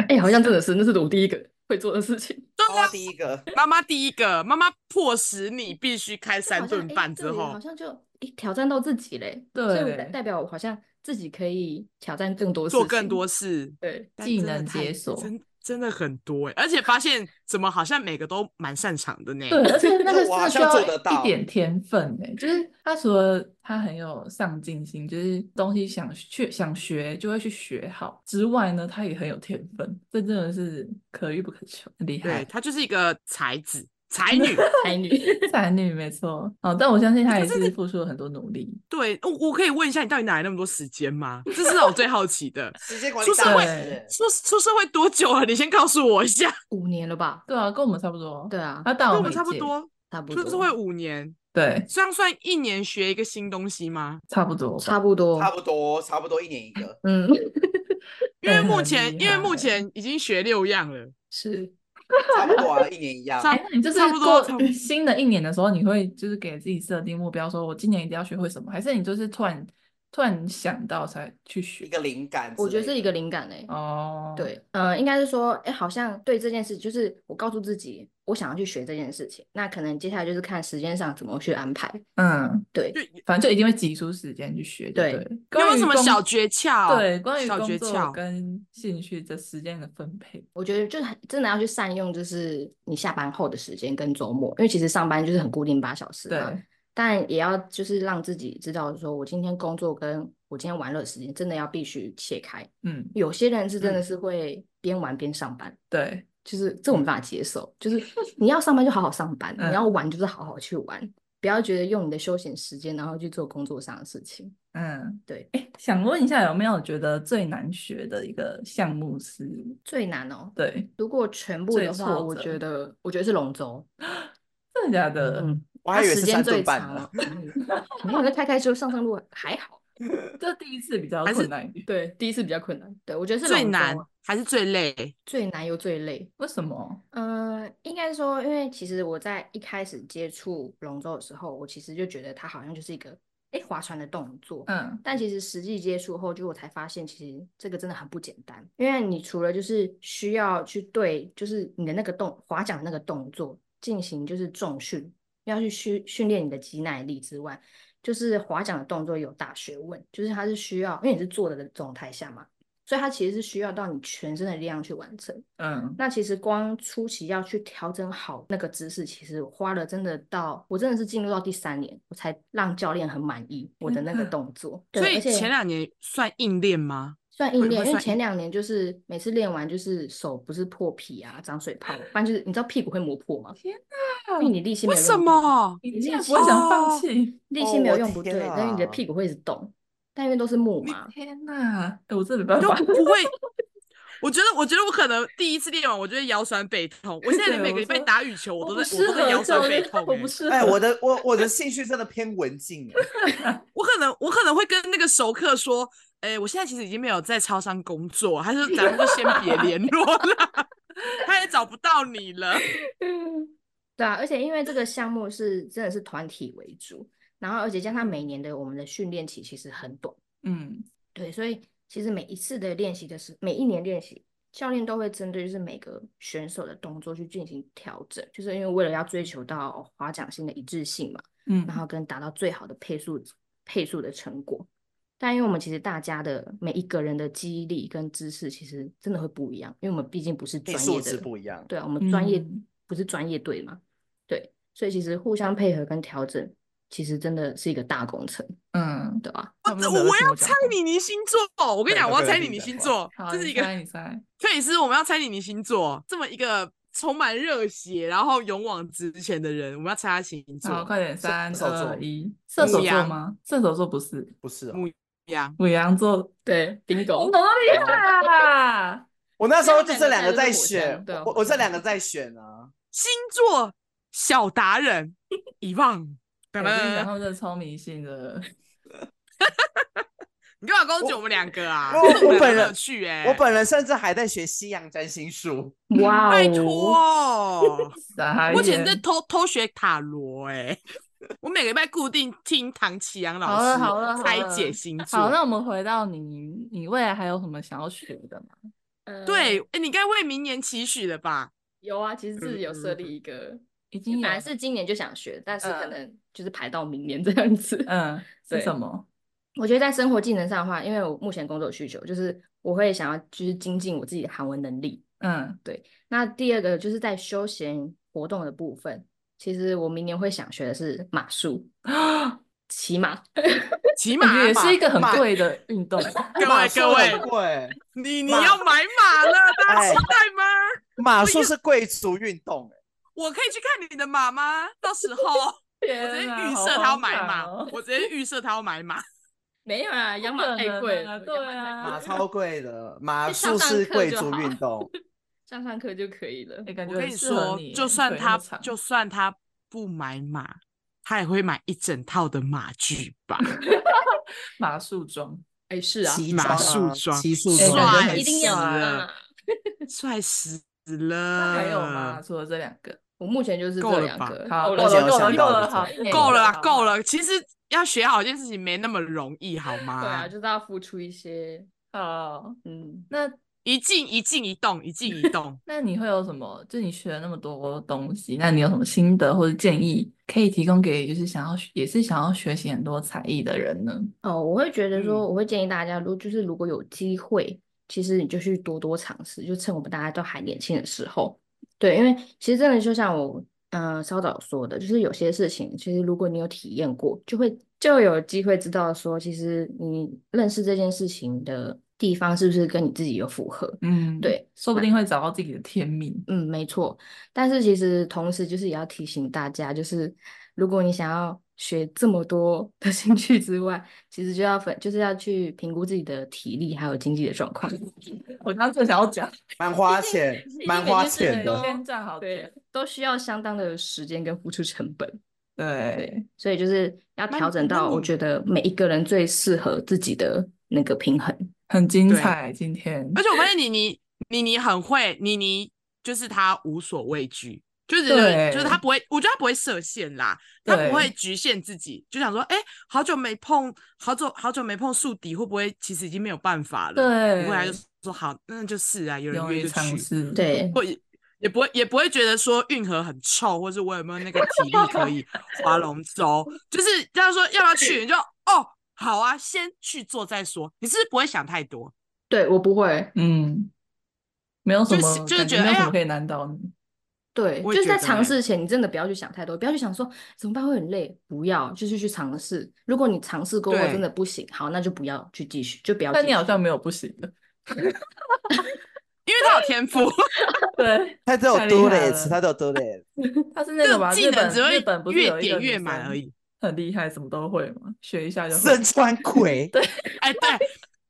S3: 哎，好像真的是，那是我第一个 会做的事情。
S4: 对
S2: 哦
S4: 啊，，
S2: 第一个，
S4: 妈妈第一个，妈妈迫使你必须开
S3: 就好
S4: 三顿
S3: 像哎
S4: 饭之
S3: 对耶
S4: 后
S3: 好，像就哎挑战到自己嘞，所以我代
S1: 对
S3: 代表我好像自己可以挑战更多
S4: 做
S3: 事
S4: 更
S3: 情
S4: 多事，
S3: 对。
S4: 但
S1: 技
S4: 真的
S1: 能
S4: 太
S1: 解锁
S4: 真真的很多哎、而且发现怎么好像每个都蛮擅长的呢？
S1: 对，而且那
S2: 这
S1: 个
S2: 我好
S1: 是需
S2: 像
S1: 要
S2: 做得
S1: 一
S2: 到。
S1: 点天分诶、就是他除了他很有上进心，就是东西想去想学就会去学好之外呢，他也很有天分，这真的是可遇不可求，很厉害
S4: 对，。她就是一个才子 才女。
S3: 才女，
S1: 才女没错，哦，但我相信她也
S4: 哎可是
S1: 是付出了很多努力。
S4: 对，我我可以问一下，你到底哪来那么多时间吗？这是让我最好奇 的
S2: 时间管理
S4: 出
S2: 大
S4: 社
S1: 会
S2: 师，
S4: 出出社会多久了？你先告诉我一下。
S3: 五年了吧？
S1: 对啊，跟我们差不多。
S3: 对，啊，
S1: 她大
S4: 跟
S1: 我们
S4: 我们
S1: 一
S4: 差不
S1: 届。
S4: 多，
S3: 差不
S4: 出社
S3: 多，
S4: 会五年，
S1: 对，
S4: 这样算一年学一个新东西吗？
S1: 差不多吧。
S3: 差不多，
S2: 差不多，差不多一年一 个。
S3: 嗯，
S4: 因为
S1: 对
S4: 目
S1: 很
S4: 前，
S1: 厉
S4: 因为目
S1: 害
S4: 前已经学六样了。
S3: 是
S2: 差不多啊，一年一样。
S4: 差
S1: 哎，那你就是
S4: 差不多
S1: 过
S4: 差不多
S1: 新的一年的时候，你会就是给自己设定目标，说我今年一定要学会什么，还是你就是突然突然想到才去
S2: 一
S1: 学？
S2: 个灵感之类的，
S3: 我觉得是一个灵感诶。
S1: 哦，，
S3: 对，呃，应该是说，哎，好像对这件事，就是我告诉自己，我想要去学这件事情，那可能接下来就是看时间上怎么去安排。
S1: 嗯，
S3: 对，
S4: 就
S1: 反正就一定会挤出时间去学就
S3: 对
S1: 对了。
S4: 有没有
S1: 关于
S4: 什么
S1: 工
S4: 小诀窍？
S1: 对，关于
S4: 小诀
S1: 工作
S4: 窍，
S1: 跟兴趣的时间的分配，
S3: 我觉得就是很真的要去善用，就是你下班后的时间跟周末，因为其实上班就是很固定八小时
S1: 对，
S3: 嘛，
S4: 啊
S3: 但也要就是让自己知道，说我今天工作跟我今天玩乐的时间真的要必须切开。
S1: 嗯，
S3: 有些人是真的
S4: 嗯
S3: 是会边玩边上班，
S1: 对，
S3: 就是这我没办法接受。就是你要上班就好好上班，
S1: 嗯
S3: 你要玩就是好好去玩，不要觉得用你的休闲时间然后去做工作上的事情。
S1: 嗯，
S3: 对
S1: 哎，想问一下，有没有觉得最难学的一个项目是？
S3: 最难哦，
S1: 对，
S3: 如果全部
S1: 最
S3: 的话，
S1: 挫
S3: 我
S1: 折
S3: 觉得我觉得是龙舟，
S1: 真的假的？
S3: 嗯，
S2: 我
S3: 它
S2: 还以为
S3: 时
S2: 是
S3: 间
S2: 三
S3: 最
S2: 顿半
S3: 长啊
S2: 呢
S3: 了。。嗯没有，那开开车上山路还好。
S1: 这第一次比较
S4: 还是
S1: 困难一点，
S3: 对，第一次比较困难。对，我觉得是
S4: 最
S3: 龙舟
S4: 难
S3: 啊
S4: 还是最累？
S3: 最难又最累。
S1: 为什么？
S3: 嗯，应该说，因为其实我在一开始接触龙舟的时候，我其实就觉得它好像就是一个哎划船的动作。
S1: 嗯
S3: 但其实实际接触后，就我才发现，其实这个真的很不简单。因为你除了就是需要去对，就是你的那个动划桨的那个动作进行就是重训，要去训训练你的肌耐力之外，就是划桨的动作有大学问，就是它是需要，因为你是坐着的状态下嘛，所以它其实是需要到你全身的力量去完成。
S1: 嗯，
S3: 那其实光初期要去调整好那个姿势，其实花了真的到我真的是进入到第三年，我才让教练很满意我的那个
S1: 天哪
S3: 动作。对
S4: 嗯所以
S3: 而且
S4: 前两年算硬练吗？
S3: 算
S4: 会
S3: 硬练，因
S4: 会
S3: 为
S4: 算
S3: 前
S4: 硬
S3: 两年就是每次练完就是手不是破皮啊、长水泡，不然就是你知道屁股会磨破吗？
S1: 天
S3: 因为你力气没
S4: 为
S3: 有
S4: 什
S3: 用对
S4: 么？
S1: 你
S3: 你
S1: 竟
S3: 力
S1: 然
S3: 气
S1: 不会想放
S4: 哦
S1: 弃？
S3: 力
S2: 哦
S3: 气没有
S2: 我
S3: 用不
S2: 天
S3: 对，但是你的
S2: 啊
S3: 屁股会一直动，但因为都是木
S4: 你
S3: 马，
S1: 天哪，哎，我真的没办
S4: 就
S1: 法，
S4: 不会。我觉得，我觉得我可能第一次练完，我就会腰酸背痛。我现在
S1: 对
S4: 连每
S1: 我
S4: 个礼拜
S1: 说
S4: 打羽球，我
S1: 我
S4: 都
S1: 不
S4: 在，我
S1: 适
S4: 都在
S1: 合
S4: 腰
S1: 教
S4: 酸背
S1: 练，
S4: 痛
S1: 我
S4: 欸。
S1: 不 适
S2: 哎，
S1: 合。
S2: 我的我我的兴趣真的偏文静哎，
S4: 我可能，我可能会跟那个熟客说，哎、我现在其实已经没有在超商工作，他说咱们就先别联络了， 他也找不到你了。
S3: 对啊，而且因为这个项目是真的是团体为主，然后而且加上每年的我们的训练期其实很短，
S1: 嗯，
S3: 对，所以其实每一次的练习的时，每一年练习，教练都会针对就是每个选手的动作去进行调整，就是因为为了要追求到划桨性的一致性嘛，
S1: 嗯
S3: 然后跟达到最好的配速配速的成果。但因为我们其实大家的每一个人的记忆力跟知识其实真的会不一样，因为我们毕竟不是
S2: 你
S3: 专业
S2: 素
S3: 的
S2: 质不一样。
S3: 对啊，我们专业
S1: 嗯
S3: 不是专业队嘛，对，所以其实互相配合跟调整，其实真的是一个大工程，
S1: 嗯，
S3: 对吧？
S1: 我
S4: 我啊我要猜你尼星座，我跟你
S2: 对
S4: 讲，
S2: 他
S4: 我
S2: 不
S4: 要
S2: 能
S4: 猜
S2: 听
S4: 你尼
S2: 你讲
S4: 星
S2: 话
S4: 座，
S1: 好，
S4: 这是
S1: 你
S4: 一个
S1: 猜，你 猜，
S4: 克里斯，我们要猜你你星座，这么一个充满热血，然后勇往直前的人，我们要猜他星座。
S1: 好，快点，
S2: 射
S1: 三
S2: 手座
S1: 二一，射手
S4: 母
S1: 座
S4: 羊
S1: 吗？射手座不是，
S2: 不是哦
S4: 木，羊，
S1: 母羊座，
S3: 对
S1: 我
S3: ，bingo，
S1: 厉害！
S2: 我那时候就
S3: 这
S2: 这
S3: 两
S2: 两
S3: 个
S2: 个
S3: 在
S2: 在
S3: 就是火
S2: 选
S3: 象对啊，
S2: 我
S3: 火
S2: 我这
S3: 象
S2: 两个在选啊。
S4: 星座小达人，遗忘。
S1: 我
S4: 噔
S1: 跟你讲，他
S4: 噔
S1: 们真的超迷信的。
S4: 你干嘛攻击
S2: 我
S4: 我们两个啊？
S2: 我
S4: 这
S2: 我
S4: 们两个
S2: 本
S4: 很有
S2: 人
S4: 趣哎，
S2: 我本人甚至还在学西洋占星术，
S3: 哇
S4: 拜啊
S3: 哦，
S4: 托，
S1: 傻
S4: 我以前在
S1: 眼
S4: 偷偷学塔罗哎，我每个礼拜固定听唐启阳
S1: 好了好
S4: 老
S1: 了好
S4: 师拆
S1: 了
S4: 解星座。
S1: 好，那我们回到你，你未来还有什么想要学的吗？
S4: 对，
S3: 呃
S4: 哎，你该为明年期许了吧？
S3: 有啊，其实自己有设
S4: 嗯
S3: 立一个，
S1: 已经
S3: 本
S1: 有
S3: 来
S1: 了
S3: 是今年就想学，但是可
S1: 嗯
S3: 能就是排到明年这样子。
S1: 嗯，是
S3: 对
S1: 什么？
S3: 我觉得在生活技能上的话，因为我目前工作需求，就是我会想要就是精进我自己的韩文能力。
S1: 嗯
S3: 那第二个就是在休闲活动的部分，其实我明年会想学的是马 术，
S1: 啊，
S3: 骑马。
S4: 骑
S1: 感觉
S4: 马
S1: 也是一个很
S2: 马
S1: 贵的运动。
S4: 各
S2: 马
S4: 位
S2: 术
S4: 各
S2: 很
S4: 位，
S2: 贵，
S4: 你你
S2: 马
S4: 要买马了，大家期待吗？
S2: 马术是贵族运动哎，
S4: 我可以去看你的马吗？到时候我直接
S1: 天啊，
S4: 预
S1: 好
S4: 设他要
S1: 荒
S4: 买
S1: 唐
S4: 马，
S1: 哦
S4: 我直接预设他要 买马。
S3: 没有啊，养
S1: 可
S3: 马太
S1: 能
S3: 贵
S1: 啊
S3: 了，
S1: 对
S3: 养马太
S1: 啊
S2: 马
S3: 贵了
S2: 超贵 的，马
S3: 上
S2: 术
S3: 上
S2: 是
S3: 课
S2: 贵
S3: 就
S2: 族
S3: 好
S2: 运动。
S3: 上上课就可以了
S1: 哎，。感
S4: 我
S1: 觉
S4: 跟
S1: 很
S4: 你
S1: 适合
S4: 说
S1: 你，
S4: 就
S1: 耶
S4: 算
S1: 腿那么
S4: 他
S1: 长
S4: 就算他不买马，他也会买一整套的马具 吧，
S1: 马术装，
S3: 哎，是啊，
S2: 骑
S4: 马
S2: 装
S4: 术
S2: 啊
S4: 装
S2: 骑术
S1: 哎
S4: 帅
S1: 感觉很
S3: 一定
S4: 死
S3: 要
S1: 帅
S4: 了，
S3: 啊！
S4: 帅死了。嗯
S1: 那还有吗？？除了这两个，
S3: 我目前就是
S4: 够
S3: 这
S4: 了
S3: 两
S4: 吧
S3: 个，
S1: 好，
S3: 够
S1: 够
S2: 想
S1: 了，
S3: 了，
S1: 够
S3: 够
S1: 了，
S2: 想到
S1: 够
S2: 了
S1: 了，好，一年
S4: 够了啦，啊
S1: 好
S4: 够。了。其实要学好一件事情没那么容易，好吗？
S3: 对啊，就是要付出一些，
S1: 好，
S3: 嗯，
S1: 那。
S4: 一进一进一动，一进一动
S1: 那你会有什么？就你学了那么多东西，那你有什么心得或者建议可以提供给就是想要学也是想要学习很多才艺的人呢？
S3: 哦，我会觉得说，
S4: 嗯
S3: 我会建议大家，如果就是如果有机会，其实你就去多多尝试，就趁我们大家都还年轻的时候，对，因为其实真的就像我嗯、呃稍早说的，就是有些事情，其实如果你有体验过，就会就有机会知道说，其实你认识这件事情的地方是不是跟你自己有符合，
S1: 嗯，
S3: 对，
S1: 说不定会找到自己的天命。
S3: 嗯，没错，但是其实同时就是也要提醒大家，就是如果你想要学这么多的 兴趣之外，其实就要分，就是要去评估自己的体力还有经济的状况。
S1: 我刚刚正想要讲，
S2: 蛮花钱
S3: 毕竟，
S2: 蛮
S3: 每
S2: 花
S3: 件事
S2: 钱
S3: 情都
S2: 的。
S1: 先站好
S3: 对
S1: 脚。，
S3: 都需要相当的时间跟付出成本，
S1: 对，
S3: 所以就是要
S4: 那
S3: 调整
S4: 你那
S3: 到我
S4: 你
S3: 觉得每一个人最适合自己的那个平衡。
S1: 很精
S4: 对
S1: 彩，今天
S4: 而且我发现你你你你很会，你你就是他无所畏惧，就是就是他
S1: 对
S4: 不会，我觉得他不会设限啦，他不会
S1: 对
S4: 局限自己，就想说，哎、好久没碰，好久好久没碰树敌，会不会其实已经没有办法了？不会，他啊
S1: 对
S4: 就说好，那就是啊，有人
S1: 勇
S4: 约
S1: 于
S4: 就
S1: 尝
S4: 去。
S1: 试。，
S3: 对，
S4: 或也也不会也不会觉得说运河很臭，或是我有没有那个体力 可以划龙舟，就是要说要不要去，你就哦好啊，先去做再说。你是不是不会想太多？
S3: 对，我不会，
S1: 嗯，没有什
S4: 就
S1: 么
S4: 是就是
S1: 感觉
S4: 觉得
S1: 没有
S4: 哎
S1: 什
S4: 呀
S1: 么可以难倒你。
S3: 对，
S4: 我
S3: 就
S4: 也
S3: 是
S4: 觉
S3: 在
S4: 得
S3: 尝
S4: 欸
S3: 试前，你真的不要去想太多，不要去想说怎么办会很累，不要，就是去尝试。如果你尝试过后真
S4: 对
S3: 的不行，好，那就不要去继续，就不要
S1: 但
S3: 继
S1: 你好
S3: 续
S1: 像没有不行的。
S4: 因为他有天赋，
S1: 对，
S2: 他都有
S1: 太厉
S2: do
S1: 害
S2: it，
S1: 了
S2: 他 都有 do it。
S1: 他是那
S4: 这
S1: 个
S4: 种
S1: 吧？
S4: 技
S1: 日
S4: 能
S1: 本
S4: 只
S1: 日本不
S4: 会
S1: 是
S4: 越
S1: 有一个
S4: 点越
S1: 女
S4: 满
S1: 生
S4: 而已。
S1: 很厉害，什么都会嘛，学一下就会
S2: 身。 穿鬼，
S4: 哎，对，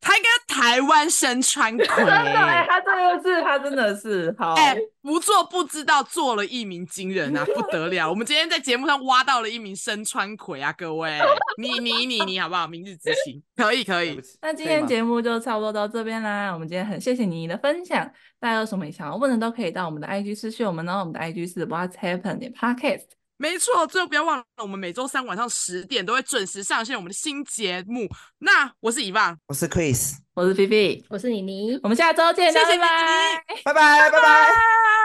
S4: 他应该台湾身 穿鬼。
S1: 真的哎、他真的是，他真的是好。
S4: 哎、不做不知道，做了一鸣惊人啊，不得了！我们今天在节目上挖到了一名身穿鬼啊，各位，你你你你好不好？明日之星，可以可以。
S1: 那今
S2: 可以
S1: 天
S2: 吗
S1: 节目就差不多到这边啦。我们今天很谢谢你的分享，大家有什么想要问的都可以到我们的 IG 私讯我们哦。我们的 IG 是 What's Happen 点 Podcast。
S4: 没错，最后不要忘了，我们每周三晚上十点都会准时上线我们的新节目。那我是以望，
S2: 我是 Chris，
S1: 我是菲菲，
S3: 我是妮妮
S1: 我。们下周见，
S4: 谢
S1: 大家
S4: 谢
S3: 哎
S1: 拜
S4: 你
S1: 拜。
S2: 拜拜拜拜。
S4: 拜。